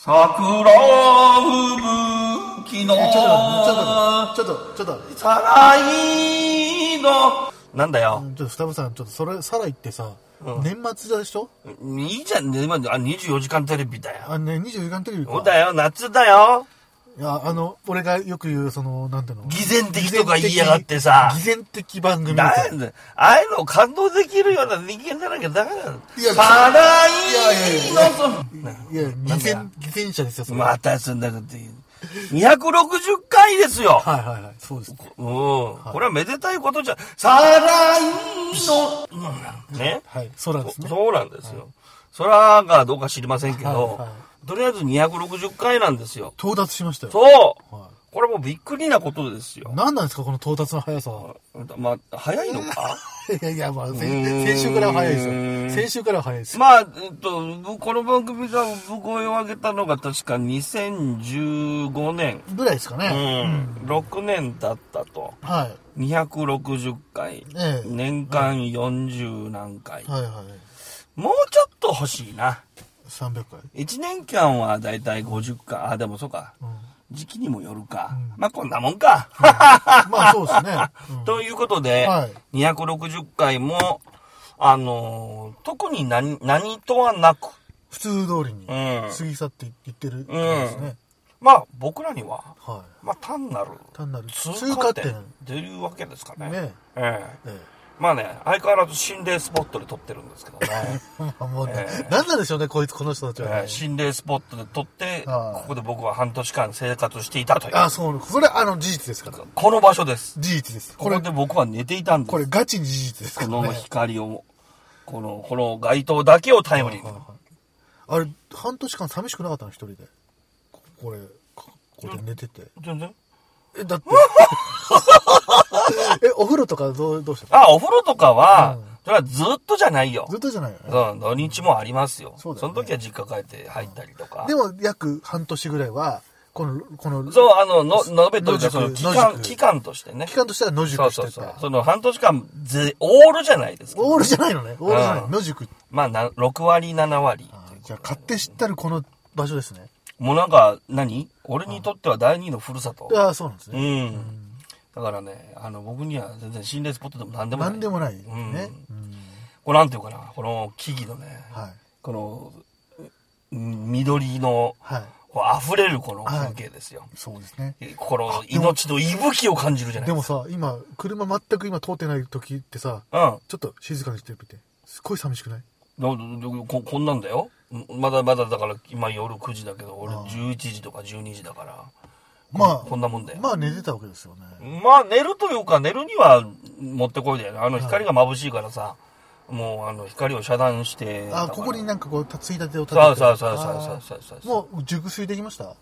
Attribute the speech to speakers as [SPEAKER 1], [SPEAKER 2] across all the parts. [SPEAKER 1] 桜吹雪の
[SPEAKER 2] ちょっと、ちょっと、ちょっと、ちょっと、
[SPEAKER 1] さらいのなんだよ、
[SPEAKER 2] ちょっと、スタブさん、ちょっと、それ、さらいってさ、年末でしょ
[SPEAKER 1] いいじゃんね今のあ24時間テレビだよ
[SPEAKER 2] あのね、24時間テレビか
[SPEAKER 1] そうだよ夏だよ
[SPEAKER 2] いや、あの、俺がよく言う、その、なんていうの
[SPEAKER 1] 偽善的とか言いやがってさ
[SPEAKER 2] 偽善的番組みたい
[SPEAKER 1] なんだよああいうのを感動できるような人間じゃなきゃダメだよ
[SPEAKER 2] いや
[SPEAKER 1] さらい
[SPEAKER 2] いやい
[SPEAKER 1] の
[SPEAKER 2] な。いや、偽善、偽善者ですよ、それ。
[SPEAKER 1] またそんなこと言う260回ですよ
[SPEAKER 2] はいはいはい、そうです。
[SPEAKER 1] うん、これはめでたいことじゃ、さらいの、うんね、
[SPEAKER 2] はい、空です
[SPEAKER 1] そ
[SPEAKER 2] ね。
[SPEAKER 1] そうなんですよ。空がどうか知りませんけど、
[SPEAKER 2] はいは
[SPEAKER 1] とりあえず260回なんですよ。
[SPEAKER 2] 到達しましたよ。
[SPEAKER 1] そう、
[SPEAKER 2] は
[SPEAKER 1] これもうびっくりなことですよ。
[SPEAKER 2] 何なんですか、この到達の速さは。
[SPEAKER 1] まあ、早いの か
[SPEAKER 2] いやいや、まあ、
[SPEAKER 1] うーん
[SPEAKER 2] 先先週からは早いですよ。先週からは早いです。
[SPEAKER 1] まあ、えっと、この番組が産声を上げたのが確か2015年、
[SPEAKER 2] ぐらいですか
[SPEAKER 1] う
[SPEAKER 2] ね。
[SPEAKER 1] ん、6年経ったと。
[SPEAKER 2] は
[SPEAKER 1] 260回、
[SPEAKER 2] ええ
[SPEAKER 1] 年間40何回
[SPEAKER 2] い。、はいはい。
[SPEAKER 1] もうちょっと欲しいな。
[SPEAKER 2] 300回。
[SPEAKER 1] 1年間はだいたい50回。あ、でもそうか。
[SPEAKER 2] うん。
[SPEAKER 1] 時期にもよるか。まあ、こんなもんか。
[SPEAKER 2] まあ、そうですね。う ん
[SPEAKER 1] ということで、
[SPEAKER 2] はい
[SPEAKER 1] 260回も、あのー特に何、何とはなく、
[SPEAKER 2] 普通通りに
[SPEAKER 1] うん
[SPEAKER 2] 過ぎ去っていってるんですね。
[SPEAKER 1] まあ、僕らには、
[SPEAKER 2] は
[SPEAKER 1] まあ、単なる
[SPEAKER 2] い。単なる
[SPEAKER 1] 通
[SPEAKER 2] 通過
[SPEAKER 1] 過
[SPEAKER 2] 点
[SPEAKER 1] 点。というわけですかね。
[SPEAKER 2] ね
[SPEAKER 1] ええ
[SPEAKER 2] え
[SPEAKER 1] まあね、相変わらず心霊スポットで撮ってるんですけど ね。
[SPEAKER 2] え。まあもうね
[SPEAKER 1] ええ、
[SPEAKER 2] 何なんでしょうね、こいつ、この人たちは
[SPEAKER 1] え
[SPEAKER 2] ね
[SPEAKER 1] え。心霊スポットで撮って、
[SPEAKER 2] はい
[SPEAKER 1] ここで僕は半年間生活していたという。
[SPEAKER 2] あ、そう。それ、あの、事実ですから。事
[SPEAKER 1] この場所です。
[SPEAKER 2] 実です。
[SPEAKER 1] こ
[SPEAKER 2] こ
[SPEAKER 1] れ
[SPEAKER 2] れ、
[SPEAKER 1] で僕は寝ていたんです。
[SPEAKER 2] これ、ガチに事実ですか
[SPEAKER 1] こ
[SPEAKER 2] ら
[SPEAKER 1] の
[SPEAKER 2] ね。
[SPEAKER 1] 光を、この、この街灯だけを頼りに。
[SPEAKER 2] あれ、半年間寂しくなかったの、一人で。ここれ、ここで寝てて。
[SPEAKER 1] 全然
[SPEAKER 2] え、だって。え、お風呂とかどう、どうした
[SPEAKER 1] あ、お風呂とかは
[SPEAKER 2] うん、
[SPEAKER 1] それはずっとじゃないよ。
[SPEAKER 2] ずっとじゃないよね。
[SPEAKER 1] うん、土日もありますよ。
[SPEAKER 2] そうだ
[SPEAKER 1] そ
[SPEAKER 2] よ
[SPEAKER 1] の
[SPEAKER 2] ね
[SPEAKER 1] 時は実家帰って入ったりとか
[SPEAKER 2] で。も、約半年ぐらいは、この、この、
[SPEAKER 1] そう、あの、の、述べというか、
[SPEAKER 2] 野宿
[SPEAKER 1] その期
[SPEAKER 2] 野
[SPEAKER 1] 間、
[SPEAKER 2] 宿
[SPEAKER 1] 期間としてね
[SPEAKER 2] 期。間としては野宿
[SPEAKER 1] そう
[SPEAKER 2] して
[SPEAKER 1] そ
[SPEAKER 2] た。
[SPEAKER 1] うそう。その半年間、ぜ、オールじゃないですか。
[SPEAKER 2] オールじゃないのね。オールじゃな
[SPEAKER 1] う
[SPEAKER 2] い。
[SPEAKER 1] ん
[SPEAKER 2] 野宿。
[SPEAKER 1] まあ、な6割、7割。
[SPEAKER 2] じゃあ、勝手知ったるこの場所ですね。
[SPEAKER 1] もうなんか、何俺にとっては第二のふるさと。
[SPEAKER 2] ああ、そうなんです
[SPEAKER 1] う
[SPEAKER 2] ね。
[SPEAKER 1] ん。だからね、あの、僕には全然心霊スポットでも何でもない。
[SPEAKER 2] なんでもない。ね。
[SPEAKER 1] うん
[SPEAKER 2] うん
[SPEAKER 1] これなんていうかな、この木々のね、
[SPEAKER 2] はい。
[SPEAKER 1] この、うん緑の、
[SPEAKER 2] はい。
[SPEAKER 1] こう溢れるこの風景ですよ。
[SPEAKER 2] そうですね。
[SPEAKER 1] この命の息吹を感じるじゃない
[SPEAKER 2] でもさ、今、車全く今通ってない時ってさ、
[SPEAKER 1] うん
[SPEAKER 2] ちょっと静かにしてみて。すっごい寂しくない
[SPEAKER 1] どどこ。こんなんだよ。まだまだだから今夜9時だけど、俺
[SPEAKER 2] ああ
[SPEAKER 1] 11時とか12時だから、
[SPEAKER 2] ま
[SPEAKER 1] こん
[SPEAKER 2] あ、
[SPEAKER 1] なもんだよ。
[SPEAKER 2] まあ寝てたわけですよね。
[SPEAKER 1] まあ寝るというか寝るにはもってこいだよね。あの光が眩しいからさ、もうあの光を遮断して。
[SPEAKER 2] あ、ここになんかこう、ついたてを立てて。
[SPEAKER 1] そうそうそうそうそうそうそう
[SPEAKER 2] あーもう、熟睡できました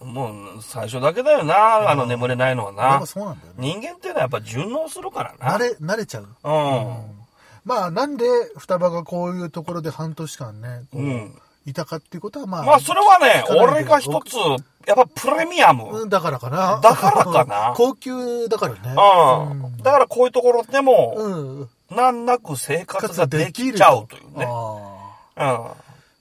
[SPEAKER 1] もう最初だけだよな、あの眠れないのは
[SPEAKER 2] やっ
[SPEAKER 1] な
[SPEAKER 2] ぱ。そうなんだよね。
[SPEAKER 1] 人間ってのはやっぱ順応するからな。
[SPEAKER 2] 慣れ、慣れちゃう。
[SPEAKER 1] うん。
[SPEAKER 2] まあ、なんで双葉がこういうところで半年間ね、こう
[SPEAKER 1] うん
[SPEAKER 2] いたかっていうことは、まあ、
[SPEAKER 1] まあそれはね、
[SPEAKER 2] 聞かない
[SPEAKER 1] 俺
[SPEAKER 2] けど
[SPEAKER 1] が一つ、やっぱプレミアム。
[SPEAKER 2] うんだからかな。
[SPEAKER 1] だからかな
[SPEAKER 2] 高級だからね。
[SPEAKER 1] うん。だからこういうところでも、
[SPEAKER 2] うん。うん。
[SPEAKER 1] 難なく生活ができちゃうというね。
[SPEAKER 2] あ
[SPEAKER 1] うん。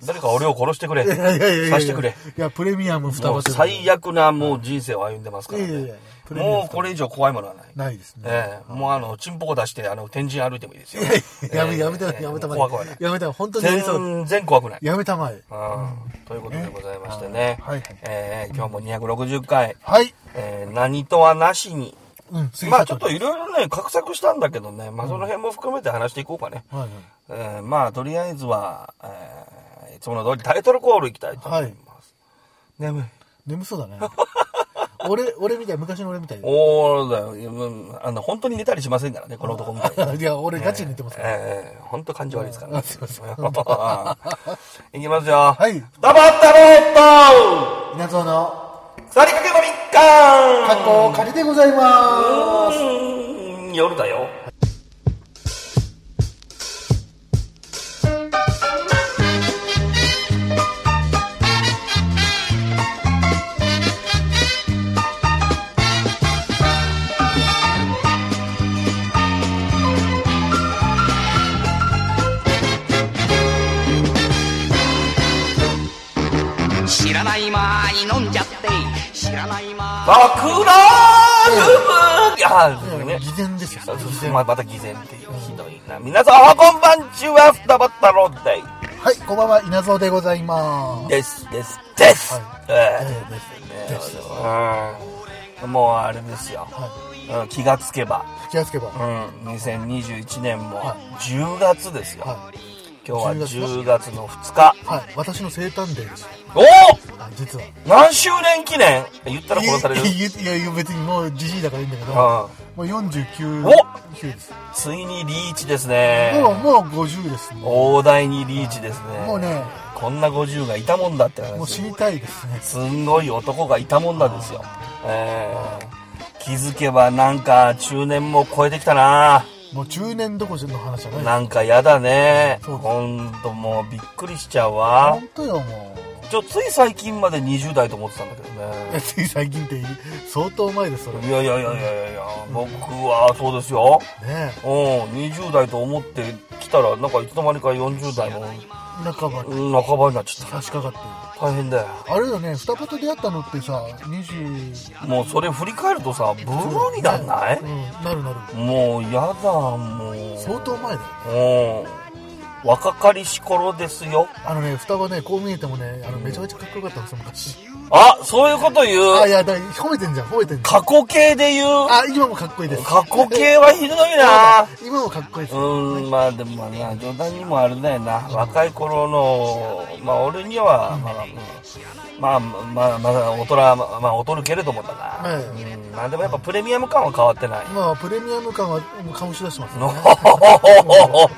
[SPEAKER 1] 誰か俺を殺してくれ。
[SPEAKER 2] あ。いやいやいやいや。
[SPEAKER 1] さしてくれ。。
[SPEAKER 2] いや、プレミアム双
[SPEAKER 1] も
[SPEAKER 2] 葉
[SPEAKER 1] う
[SPEAKER 2] ってこと
[SPEAKER 1] 最悪なもう人生を歩んでますから
[SPEAKER 2] いやいやい
[SPEAKER 1] ね
[SPEAKER 2] や。プレミアム
[SPEAKER 1] もうこれ以上怖いものはない。
[SPEAKER 2] ないですね。
[SPEAKER 1] ええ、もうあの、チンポコ出して、あの、天神歩いてもいいですよ。
[SPEAKER 2] やめ、
[SPEAKER 1] ええ
[SPEAKER 2] やめた、やめたま
[SPEAKER 1] 怖い怖い
[SPEAKER 2] え。やめた、本当にやりそう。
[SPEAKER 1] 全然怖くない。
[SPEAKER 2] やめたまえ。
[SPEAKER 1] うん。ということでございましてね。
[SPEAKER 2] はいはい
[SPEAKER 1] ええ今日も260回、
[SPEAKER 2] はい。
[SPEAKER 1] ええ何とはなしに、
[SPEAKER 2] うん、次
[SPEAKER 1] まあちょっといろいろね、画策したんだけどね、まあその辺も含めて話していこうかね。
[SPEAKER 2] はい
[SPEAKER 1] えーまあとりあえずは、えーいつもの通りタイトルコールいきたいと思います。眠い。
[SPEAKER 2] 眠そう だね。俺、俺みたい、昔の俺みたい。
[SPEAKER 1] おーだよいや、うんあの、本当に寝たりしませんからね、この男みたいに。
[SPEAKER 2] いや、俺ガチに寝てますから。
[SPEAKER 1] えー、本当感情悪いですからね。
[SPEAKER 2] あすいませ
[SPEAKER 1] いきますよ。
[SPEAKER 2] はい
[SPEAKER 1] ふたばったろう
[SPEAKER 2] 稲造の
[SPEAKER 1] と、さりかけの日
[SPEAKER 2] 格好仮でございま
[SPEAKER 1] 間うーん、夜だよ。
[SPEAKER 3] 知らなない間に飲んじゃって知らない間
[SPEAKER 1] 桜吹雪あーですね
[SPEAKER 2] 偽善ですよ
[SPEAKER 1] そうそう
[SPEAKER 2] 偽
[SPEAKER 1] そう
[SPEAKER 2] 善
[SPEAKER 1] まあまた偽善っていうひどいな皆さんおはこんばんちは二バッタローデイ
[SPEAKER 2] はいこんばんは稲造でございます
[SPEAKER 1] ですですです、
[SPEAKER 2] はい
[SPEAKER 1] ええ
[SPEAKER 2] ええですです
[SPEAKER 1] うんもうあれですよ、
[SPEAKER 2] は
[SPEAKER 1] うん気がつけば、
[SPEAKER 2] い気がつけば
[SPEAKER 1] うん、2021年も
[SPEAKER 2] は
[SPEAKER 1] 10月ですよ、
[SPEAKER 2] は
[SPEAKER 1] 今日は10
[SPEAKER 2] 10
[SPEAKER 1] 月の2日
[SPEAKER 2] いはい私の生誕デーです
[SPEAKER 1] おお
[SPEAKER 2] あ実は
[SPEAKER 1] 何周年記念言ったら殺される
[SPEAKER 2] いやいやいや別にもうじじいだからいいんだけど
[SPEAKER 1] うん
[SPEAKER 2] もう49
[SPEAKER 1] お
[SPEAKER 2] 九です
[SPEAKER 1] ついにリーチですね
[SPEAKER 2] もうもう50ですねも
[SPEAKER 1] 大台にリーチですね
[SPEAKER 2] うね
[SPEAKER 1] こんな50がいたもんだって話
[SPEAKER 2] もう
[SPEAKER 1] です
[SPEAKER 2] 死
[SPEAKER 1] よ
[SPEAKER 2] にたいですね
[SPEAKER 1] すんごい男がいたもんだですよ、えー気づけばなんか中年も超えてきたな
[SPEAKER 2] もう中年どころの話じゃない
[SPEAKER 1] なんかやだね
[SPEAKER 2] そうです
[SPEAKER 1] ほんともうびっくりしちゃうわ
[SPEAKER 2] 本当よも
[SPEAKER 1] ちょつい最近まで20代と思ってたんだけど
[SPEAKER 2] ういや
[SPEAKER 1] ね
[SPEAKER 2] つい最近って相当前ですそれ
[SPEAKER 1] い
[SPEAKER 2] ね
[SPEAKER 1] やいやいやいやいや僕はそうですようん20代と思ってきたらなんかいつの間にか40代の
[SPEAKER 2] 仲間に
[SPEAKER 1] うん半ばになっちゃった
[SPEAKER 2] 差し掛かって
[SPEAKER 1] 大変だよ
[SPEAKER 2] るあれよね双葉と出会ったのってさ20
[SPEAKER 1] もうそれ振り返るとさブルーになんない
[SPEAKER 2] うんなるなる
[SPEAKER 1] もうやだもう
[SPEAKER 2] 相当前だよね
[SPEAKER 1] うん若かりし頃ですよ
[SPEAKER 2] あのね双葉ねこう見えてもねあのめちゃめちゃかっこよかったんですよ昔
[SPEAKER 1] あそういうこと言
[SPEAKER 2] あいうやだから褒めてんじゃん褒めてんじゃ
[SPEAKER 1] 過
[SPEAKER 2] ん
[SPEAKER 1] 去形で言う
[SPEAKER 2] あ今もかっこいいです
[SPEAKER 1] 過去形はひどいな
[SPEAKER 2] 今もかっこいいです
[SPEAKER 1] うんまあでもまあ冗談にもあれだよな若い頃のまあ俺にはまあ、うんまあまあまだ大人まあ劣るけれどもだな、
[SPEAKER 2] はい
[SPEAKER 1] うんまあでもやっぱプレミアム感は変わってない
[SPEAKER 2] まあプレミアム感はもう醸し出し てますね
[SPEAKER 1] の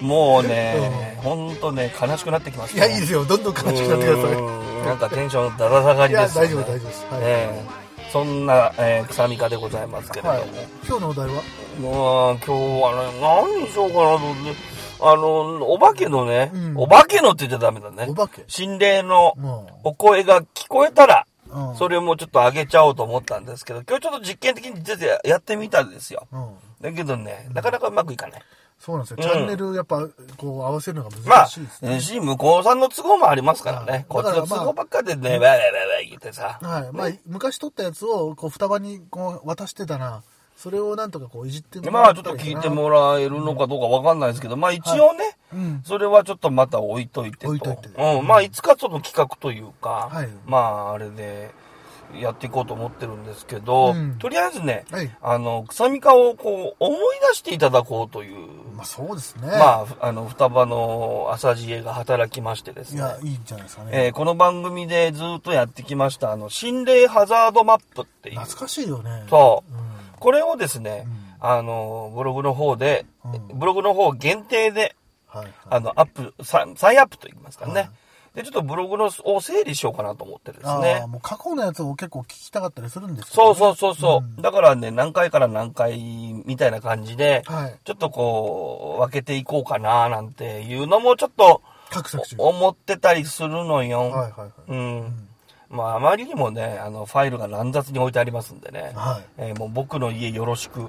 [SPEAKER 1] もうね本当ね悲しくなってきますね
[SPEAKER 2] いやいいですよどんどん悲しくなってください
[SPEAKER 1] うん なんかテンションだだ下が
[SPEAKER 2] い
[SPEAKER 1] り
[SPEAKER 2] や
[SPEAKER 1] ですよ
[SPEAKER 2] 大
[SPEAKER 1] ね、
[SPEAKER 2] 丈夫大丈夫ですはい、
[SPEAKER 1] ええそんな、えー、草みかでございますけれども、
[SPEAKER 2] はい、今日のお題は
[SPEAKER 1] もう今日はね何にしようかなと思ってあのお化けのね、
[SPEAKER 2] うん
[SPEAKER 1] お化けのって言っちゃダメだね
[SPEAKER 2] お化け
[SPEAKER 1] 心霊の
[SPEAKER 2] も
[SPEAKER 1] お声が聞こえたら、
[SPEAKER 2] う、うん、
[SPEAKER 1] それもちょっと上げちゃおうと思ったんですけど今日ちょっと実験的に出てやってみたんですよ
[SPEAKER 2] うん、
[SPEAKER 1] だけどねなかなかうまくいかない
[SPEAKER 2] そうなんですよ、
[SPEAKER 1] うん
[SPEAKER 2] チャンネルやっぱこう合わせるのが
[SPEAKER 1] まあ
[SPEAKER 2] 難しいです、ね、
[SPEAKER 1] し向こうさんの都合もありますからね、
[SPEAKER 2] うんだから
[SPEAKER 1] こっちの
[SPEAKER 2] まあ
[SPEAKER 1] 都合ばっかでね、わいわいわいわい言ってさ、
[SPEAKER 2] はいまあ、昔撮ったやつをこう双葉にこう渡してたらそれをなんとかこういじっても
[SPEAKER 1] ま
[SPEAKER 2] ら
[SPEAKER 1] あ
[SPEAKER 2] た
[SPEAKER 1] ちょっ
[SPEAKER 2] ら
[SPEAKER 1] と
[SPEAKER 2] な
[SPEAKER 1] 聞いてもらえるのかどうかわかんないですけど、まあ一応ね、
[SPEAKER 2] うん
[SPEAKER 1] それはちょっとまた置いといてと。
[SPEAKER 2] 置いといて
[SPEAKER 1] うん、まあいつかその企画というか、
[SPEAKER 2] はい
[SPEAKER 1] まああれでやっていこうと思ってるんですけど、
[SPEAKER 2] うん
[SPEAKER 1] とりあえずね、
[SPEAKER 2] はい
[SPEAKER 1] あの、草みかをこう思い出していただこうという、
[SPEAKER 2] まあそうですね、
[SPEAKER 1] まあ、ふあの、双葉の朝知恵が働きましてです
[SPEAKER 2] い
[SPEAKER 1] ね。
[SPEAKER 2] やいいんじゃないですかね、
[SPEAKER 1] えーこの番組でずっとやってきました、あの、心霊ハザードマップっていう。
[SPEAKER 2] 懐かしいよね
[SPEAKER 1] そう
[SPEAKER 2] うん、
[SPEAKER 1] これをですね、
[SPEAKER 2] うん
[SPEAKER 1] あの、ブログの方で、
[SPEAKER 2] うん
[SPEAKER 1] ブログの方限定で、
[SPEAKER 2] はいはい
[SPEAKER 1] あの、アップ、さ再アップと言いますかね。
[SPEAKER 2] はい
[SPEAKER 1] で、ちょっとブログのを整理しようかなと思ってるんです
[SPEAKER 2] あ
[SPEAKER 1] ね
[SPEAKER 2] あ。もう過去のやつを結構聞きたかったりするんですけど
[SPEAKER 1] そうそうそうそう、
[SPEAKER 2] うん
[SPEAKER 1] だからね、何回から何回みたいな感じで、
[SPEAKER 2] はい
[SPEAKER 1] ちょっとこう、分けていこうかななんていうのもちょっと
[SPEAKER 2] 各作中
[SPEAKER 1] お思ってたりするのよ。
[SPEAKER 2] はいはいはい、
[SPEAKER 1] うん。まあ、あまりにもね、あの、ファイルが乱雑に置いてありますんでね。
[SPEAKER 2] はい
[SPEAKER 1] えーもう僕の家よろしく。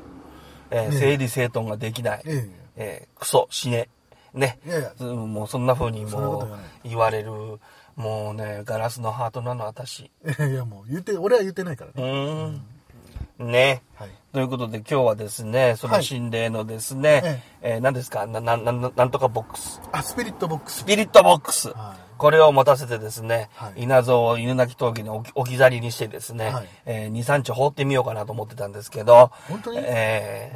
[SPEAKER 1] えー
[SPEAKER 2] ねえ
[SPEAKER 1] 整理整頓ができない。
[SPEAKER 2] え
[SPEAKER 1] えークソ、死ね。ね。
[SPEAKER 2] いやいや
[SPEAKER 1] うんもうそんな風に
[SPEAKER 2] そんなこ
[SPEAKER 1] も
[SPEAKER 2] と
[SPEAKER 1] う言われる。もうね、ガラスのハートなの私。
[SPEAKER 2] えいやい やもう言って俺は言ってないから
[SPEAKER 1] う
[SPEAKER 2] ね、
[SPEAKER 1] ーん。ね。
[SPEAKER 2] はい
[SPEAKER 1] ということで今日はですね、そ
[SPEAKER 2] は
[SPEAKER 1] の
[SPEAKER 2] い
[SPEAKER 1] 心霊のですね、え
[SPEAKER 2] え
[SPEAKER 1] ー何ですかな、な、な、なんとかボックス。
[SPEAKER 2] あスピリットボックス
[SPEAKER 1] スピリットボックス。
[SPEAKER 2] はい
[SPEAKER 1] これを持たせてですね、
[SPEAKER 2] はい
[SPEAKER 1] 稲造を犬鳴峠に置き置き去りにしてですね、
[SPEAKER 2] はい
[SPEAKER 1] えー、2、3丁放ってみようかなと思ってたんですけど、
[SPEAKER 2] 本当に
[SPEAKER 1] え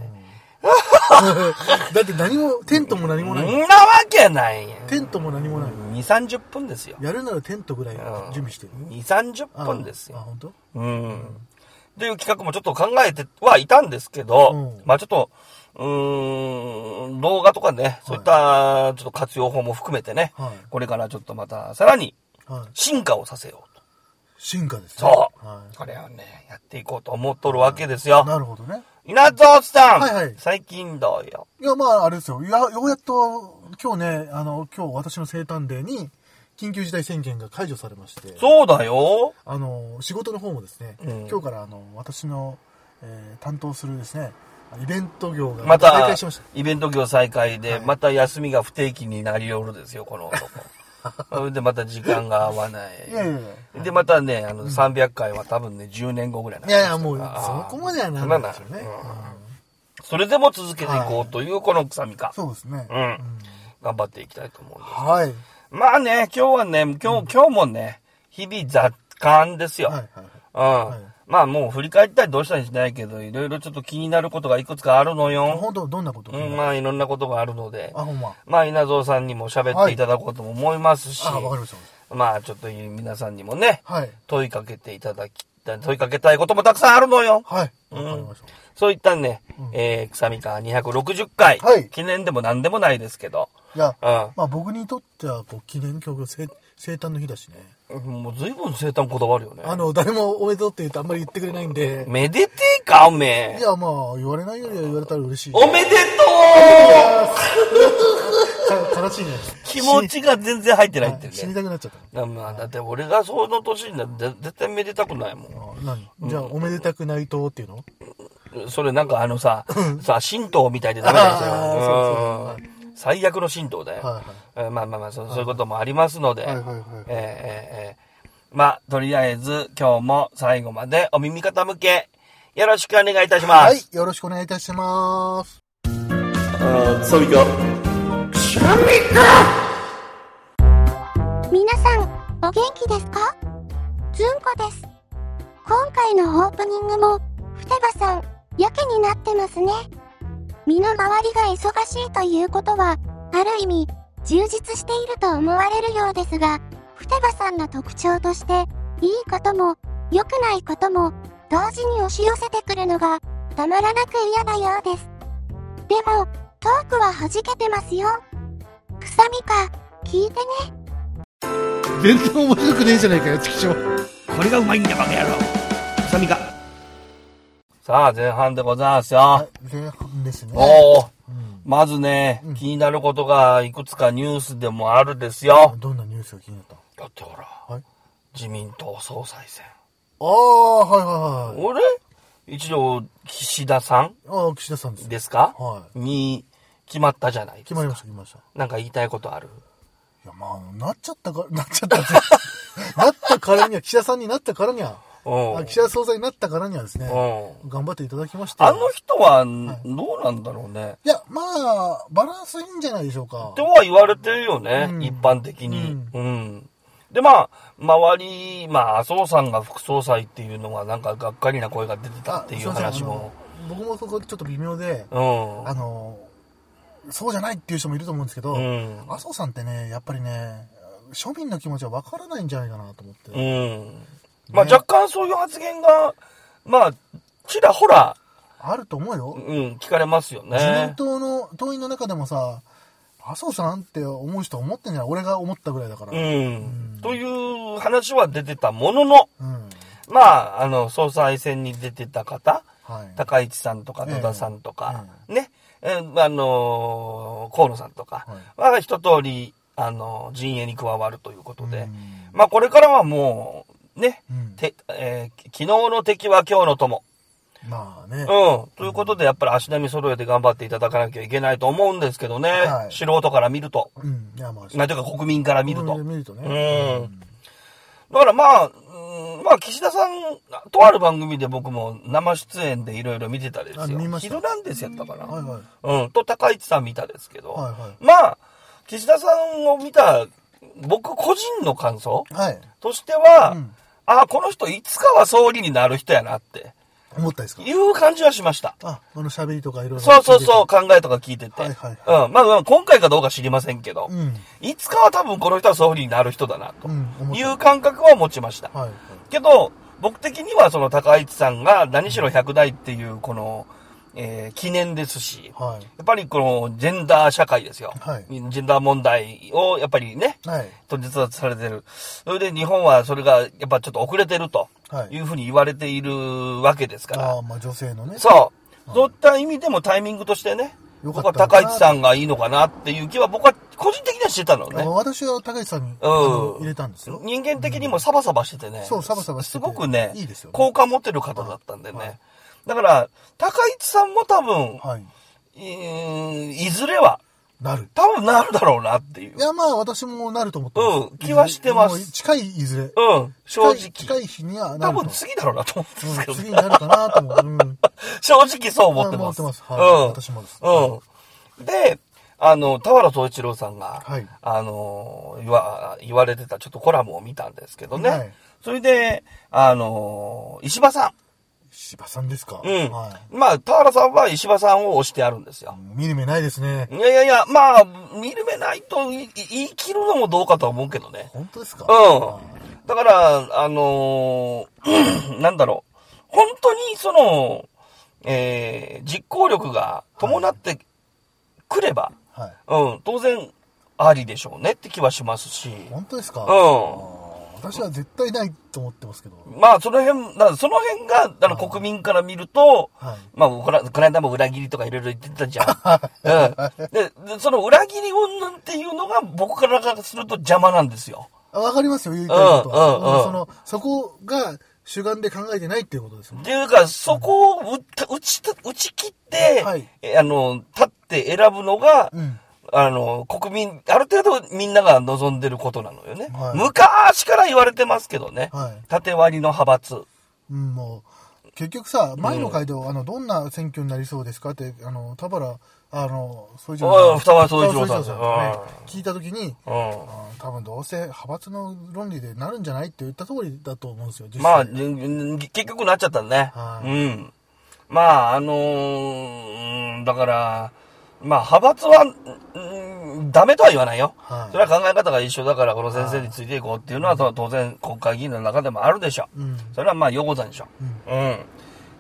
[SPEAKER 2] だって何もテントも何
[SPEAKER 1] ー、
[SPEAKER 2] も
[SPEAKER 1] ん
[SPEAKER 2] ない、
[SPEAKER 1] なわけないやん。
[SPEAKER 2] テントも何もない、
[SPEAKER 1] 2、30分ですよ。
[SPEAKER 2] やるならテントぐらい準備してる、
[SPEAKER 1] 2、30
[SPEAKER 2] あ
[SPEAKER 1] 分です
[SPEAKER 2] あ
[SPEAKER 1] よ。
[SPEAKER 2] 本当
[SPEAKER 1] うん。っていう企画もちょっと考えてはいたんですけど、
[SPEAKER 2] うん
[SPEAKER 1] まあちょっと、うーん、動画とかね、そういったちょっと活用法も含めてね、
[SPEAKER 2] はい
[SPEAKER 1] これからちょっとまたさらに
[SPEAKER 2] はい
[SPEAKER 1] 進化をさせようと。
[SPEAKER 2] 進化ですね
[SPEAKER 1] そう、
[SPEAKER 2] は
[SPEAKER 1] これをね、やっていこうと思っとるわけですよ
[SPEAKER 2] い、。なるほどね
[SPEAKER 1] 稲造さん、
[SPEAKER 2] はいはい
[SPEAKER 1] 最近どうよ。
[SPEAKER 2] いやまああれですよいやようやっと今日ねあの今日私の生誕デーに緊急事態宣言が解除されまして
[SPEAKER 1] そうだよ。
[SPEAKER 2] あの仕事の方もですね、
[SPEAKER 1] うん
[SPEAKER 2] 今日からあの私の、えー担当するですねイベント業が
[SPEAKER 1] ま
[SPEAKER 2] 再
[SPEAKER 1] た
[SPEAKER 2] 開しました、
[SPEAKER 1] イベント業再開で、
[SPEAKER 2] はい
[SPEAKER 1] また休みが不定期になりおるですよ、この男。まあで、また時間が合わない
[SPEAKER 2] い。やいやいや。
[SPEAKER 1] で、またね、あの、300回は多分ね、10年後ぐらいない
[SPEAKER 2] やいや、もう、そこまではな
[SPEAKER 1] な
[SPEAKER 2] ら
[SPEAKER 1] ら
[SPEAKER 2] な
[SPEAKER 1] ないい
[SPEAKER 2] ですよね。
[SPEAKER 1] それでも続けていこうという、この臭みか。
[SPEAKER 2] そうですね。
[SPEAKER 1] うん。頑張っていきたいと思うんで
[SPEAKER 2] はい。
[SPEAKER 1] す。まあね、今日はね、今日、今日もね、日々雑感ですよ。
[SPEAKER 2] はいはい。
[SPEAKER 1] うん。まあもう振り返ったりどうしたりしないけど、いろいろちょっと気になることがいくつかあるの
[SPEAKER 2] あ
[SPEAKER 1] よ。
[SPEAKER 2] 本当、どんなこと
[SPEAKER 1] うん、まあいろんなことがあるので。
[SPEAKER 2] あ、ほんま。
[SPEAKER 1] まあ、稲造さんにも喋っていただこうとも思いますし、
[SPEAKER 2] あ、わかりました。
[SPEAKER 1] まあ、ちょっと皆さんにもね、
[SPEAKER 2] はい。
[SPEAKER 1] 問いかけていただき、問いかけたいこともたくさんあるのよ。
[SPEAKER 2] はい。
[SPEAKER 1] うん
[SPEAKER 2] わかりまし
[SPEAKER 1] そういったね、えー、臭みか260回、
[SPEAKER 2] はい
[SPEAKER 1] 記念でも何でもないですけど、
[SPEAKER 2] た。いや、
[SPEAKER 1] うん
[SPEAKER 2] まあ僕にとっては、こう、記念曲、生生誕の日だしね。
[SPEAKER 1] もう随分生誕こだわるよね。
[SPEAKER 2] あの、誰もおめでとうって言うとあんまり言ってくれないんで。
[SPEAKER 1] めでてえか、おめ
[SPEAKER 2] い
[SPEAKER 1] え。
[SPEAKER 2] や、まあ、言われないよりは言われたら嬉しい。
[SPEAKER 1] おめでとう
[SPEAKER 2] か悲しいね。
[SPEAKER 1] 気持ちが全然入ってないって
[SPEAKER 2] 死に
[SPEAKER 1] ね。
[SPEAKER 2] たくなっちゃっ
[SPEAKER 1] だまあ、だって俺がその年になって絶対めでたくないもん。
[SPEAKER 2] た。あ何じゃあ、おめでたくないとっていうの
[SPEAKER 1] それなんかあのさ、さ、神道みたいでダメだよ、それは
[SPEAKER 2] あーそう
[SPEAKER 1] うん最悪の神道だよ。
[SPEAKER 2] は
[SPEAKER 1] えーまあまあまあ、そそういうこともありますので、
[SPEAKER 2] はいはいは
[SPEAKER 1] え
[SPEAKER 2] い
[SPEAKER 1] ーえーえーまあ、とりあえず今日も最後までお耳傾け、よろしくお願いいたします。
[SPEAKER 2] はい、よろしくお願いいたします。
[SPEAKER 1] サビカ。
[SPEAKER 4] 皆さん、お元気ですかずんこです。今回のオープニングも、双葉さん、やけになってますね。身の回りが忙しいということは、ある意味、充実していると思われるようですが、双葉さんの特徴として、いいことも、良くないことも、同時に押し寄せてくるのが、たまらなく嫌なようです。でも、トークは弾けてますよ。臭みか、聞いてね。
[SPEAKER 5] 全然面白くねえじゃないかよ、畜生。
[SPEAKER 1] これがうまいんだ、バカ野郎。サビカ。さあ、前半でございますよ。
[SPEAKER 2] はい前半ですね。
[SPEAKER 1] おー
[SPEAKER 2] うん
[SPEAKER 1] まずね、
[SPEAKER 2] うん
[SPEAKER 1] 気になることがいくつかニュースでもあるですよ。
[SPEAKER 2] どんなニュースが気になった
[SPEAKER 1] だってほら、
[SPEAKER 2] はい
[SPEAKER 1] 自民党総裁選。
[SPEAKER 2] ああ、はいはいはい。
[SPEAKER 1] 俺一応、岸田さん
[SPEAKER 2] ああ、岸田さんですね。
[SPEAKER 1] ですか、
[SPEAKER 2] はい。
[SPEAKER 1] に決まったじゃないですか。
[SPEAKER 2] 決まりました、決まりました。い
[SPEAKER 1] なんか言いたいことある
[SPEAKER 2] や、まあ、なっちゃったから、なっ ちゃったって。なったからには、岸田さんになったからには、
[SPEAKER 1] うん。う
[SPEAKER 2] あ
[SPEAKER 1] ん。
[SPEAKER 2] 岸田総裁になったからにはですね、頑張っていただきまして。
[SPEAKER 1] あの人は、どうなんだろうね。
[SPEAKER 2] いや、まあ、バランスいいんじゃないでしょうか
[SPEAKER 1] と。は言われてるよね、
[SPEAKER 2] うん
[SPEAKER 1] 一般的に、うん。で、まあ、周り、まあ、麻生さんが副総裁っていうのは、なんかがっかりな声が出てたっていう
[SPEAKER 2] す
[SPEAKER 1] 話
[SPEAKER 2] いま
[SPEAKER 1] も。
[SPEAKER 2] せんあの僕もそこちょっと微妙で、
[SPEAKER 1] うん。
[SPEAKER 2] あの、そうじゃないっていう人もいると思うんですけど、
[SPEAKER 1] うん。
[SPEAKER 2] 麻生さんってね、やっぱりね、庶民の気持ちは分からないんじゃないかなと思って。
[SPEAKER 1] うん。まあ、若干そういう発言が、まあ、ちらほら、
[SPEAKER 2] あると思うよ。
[SPEAKER 1] うん、聞かれますよ
[SPEAKER 2] 自民
[SPEAKER 1] ね。
[SPEAKER 2] 党の党員の中でもさ、麻生さんって思う人は思ってんじゃない俺が思ったぐらいだから。
[SPEAKER 1] う
[SPEAKER 2] うん。
[SPEAKER 1] ん。という話は出てたものの、まあ、あの、総裁選に出てた方、
[SPEAKER 2] はい。
[SPEAKER 1] 高市さんとか
[SPEAKER 2] ええ
[SPEAKER 1] 野田さんとか、ね、えーあのー河野さんとかは一通り、あのー陣営に加わるということで、
[SPEAKER 2] うん
[SPEAKER 1] まあこれからはもう、ね、
[SPEAKER 2] うん
[SPEAKER 1] てえーき昨日の敵は今日の友。
[SPEAKER 2] まあね
[SPEAKER 1] うん。。ということで、やっぱり足並み揃えて頑張っていただかなきゃいけないと思うんですけどね。
[SPEAKER 2] はい
[SPEAKER 1] 素人から見ると。
[SPEAKER 2] うん。いや、まあ、
[SPEAKER 1] まあ、というか国民から見ると。
[SPEAKER 2] 見ると
[SPEAKER 1] う
[SPEAKER 2] ね。
[SPEAKER 1] ん。だからまあ、うんまあ、岸田さん、とある番組で僕も生出演でいろいろ見てたですよ。
[SPEAKER 2] あ見ました
[SPEAKER 1] ヒルナンデスやったかな。
[SPEAKER 2] はいはい。
[SPEAKER 1] うん。と、高市さん見たですけど。
[SPEAKER 2] はいは
[SPEAKER 1] まあ、岸田さんを見た、僕個人の感想
[SPEAKER 2] い。はい。
[SPEAKER 1] としては、
[SPEAKER 2] うん
[SPEAKER 1] ああ、この人いつかは総理になる人やなって
[SPEAKER 2] 思ったですか
[SPEAKER 1] いう感じはしました。
[SPEAKER 2] あ、あの喋りとかいろいろ。
[SPEAKER 1] そうそうそう、。考えとか聞いてて。
[SPEAKER 2] はいはい
[SPEAKER 1] うん。まあまあ、今回かどうか知りませんけど、
[SPEAKER 2] うん。
[SPEAKER 1] いつかは多分この人は総理になる人だな、と
[SPEAKER 2] うん思った
[SPEAKER 1] いう感覚は持ちました。
[SPEAKER 2] はいはい。
[SPEAKER 1] けど、僕的にはその高市さんが何しろ100代っていう、この、えー記念ですし、
[SPEAKER 2] はい。
[SPEAKER 1] やっぱりこのジェンダー社会ですよ。
[SPEAKER 2] はい
[SPEAKER 1] ジェンダー問題をやっぱりね、
[SPEAKER 2] はい。
[SPEAKER 1] と実はされてる。それで日本はそれがやっぱちょっと遅れてると
[SPEAKER 2] はい
[SPEAKER 1] いうふうに言われているわけですから。
[SPEAKER 2] ああ、まあ女性のね。
[SPEAKER 1] そう。そういった意味でもタイミングとしてね、
[SPEAKER 2] よか
[SPEAKER 1] 僕
[SPEAKER 2] った
[SPEAKER 1] は
[SPEAKER 2] のかな
[SPEAKER 1] 高市さんがいいのかなっていう気は僕は個人的にはしてたの
[SPEAKER 2] あ
[SPEAKER 1] ね。
[SPEAKER 2] 私は高市さんに、あの入れたんですよ。
[SPEAKER 1] 人間的にもサバサバしててね。
[SPEAKER 2] そうサバサバし
[SPEAKER 1] す
[SPEAKER 2] てて
[SPEAKER 1] ごくね、
[SPEAKER 2] いいですよね
[SPEAKER 1] 好感持ってる方だったんでね。
[SPEAKER 2] はい
[SPEAKER 1] だから、高市さんも多分、
[SPEAKER 2] はい。
[SPEAKER 1] い、いずれは、
[SPEAKER 2] なる。
[SPEAKER 1] 多分なるだろうなっていう
[SPEAKER 2] い。や、まあ、私もなると思って
[SPEAKER 1] うん気はしてます
[SPEAKER 2] もう近い、いずれ。
[SPEAKER 1] うん、正直。
[SPEAKER 2] 近い近い日にはな
[SPEAKER 1] 多
[SPEAKER 2] ると。
[SPEAKER 1] 分次だろうなと思ってますけ
[SPEAKER 2] うん、
[SPEAKER 1] どね
[SPEAKER 2] 次になるかなと思う。うん。
[SPEAKER 1] 正直そう 思ってます。
[SPEAKER 2] まあ思ってますはい
[SPEAKER 1] うん。
[SPEAKER 2] 私もです
[SPEAKER 1] うん。で、あの、田原総一郎さんが、
[SPEAKER 2] はい
[SPEAKER 1] あの、言わ、言われてたちょっとコラムを見たんですけどね。
[SPEAKER 2] はい
[SPEAKER 1] それで、あの、石破さ
[SPEAKER 2] 柴さんですか
[SPEAKER 1] ん。うん。
[SPEAKER 2] は
[SPEAKER 1] まあ、田原さんは石破さんを推してあるんですよ。
[SPEAKER 2] い。見る目ないですね。
[SPEAKER 1] いやいやいや、まあ、見る目ないとい言い切るのもどうかとは思うけどね。
[SPEAKER 2] 本当ですか
[SPEAKER 1] うん。だから、あのー なんだろう。本当にその、えー実行力が伴ってくれば、
[SPEAKER 2] はい。
[SPEAKER 1] うん、当然ありでしょうねって気はしますし、
[SPEAKER 2] 本当ですか
[SPEAKER 1] うん
[SPEAKER 2] 私は絶対ないと思ってますけど。
[SPEAKER 1] まあその辺、だからその辺が、あの国民から見ると、
[SPEAKER 2] はい。
[SPEAKER 1] まあ、こらこの間も裏切りとかいろいろ言ってた じゃん。うんで、でその裏切り云々っていうのが僕からすると邪魔なんですよ。
[SPEAKER 2] あわかりますよ、言いたいことは。
[SPEAKER 1] うんうんうん
[SPEAKER 2] その、そこが主眼で考えてないっていうことですもん
[SPEAKER 1] っ
[SPEAKER 2] ね。
[SPEAKER 1] ていうか、そこを打た打ちた、打ち切って、
[SPEAKER 2] はい
[SPEAKER 1] えあの、立って選ぶのが、
[SPEAKER 2] うん。
[SPEAKER 1] あの、国民、ある程度みんなが望んでることなのよね。
[SPEAKER 2] はい
[SPEAKER 1] 昔から言われてますけどね。
[SPEAKER 2] はい
[SPEAKER 1] 縦割りの派閥。
[SPEAKER 2] うん、もう、結局さ、前の回で、あの、どんな選挙になりそうですかって、あの、田原、あの、そういう
[SPEAKER 1] ああ双葉総一郎さん
[SPEAKER 2] 双葉総一郎さん
[SPEAKER 1] う
[SPEAKER 2] ね聞いたときに、
[SPEAKER 1] うん。
[SPEAKER 2] あー多分どうせ派閥の論理でなるんじゃないって言った通りだと思うんですよ、実際
[SPEAKER 1] まあ、じん結局なっちゃったね。
[SPEAKER 2] はい
[SPEAKER 1] うん。まあ、あのーうんだから、まあ、派閥は、うんダメとは言わないよ。
[SPEAKER 2] はい
[SPEAKER 1] それは考え方が一緒だから、この先生についていこうっていうのは、その当然、国会議員の中でもあるでしょ。
[SPEAKER 2] うん
[SPEAKER 1] それはまあ、横座でしょ。うん。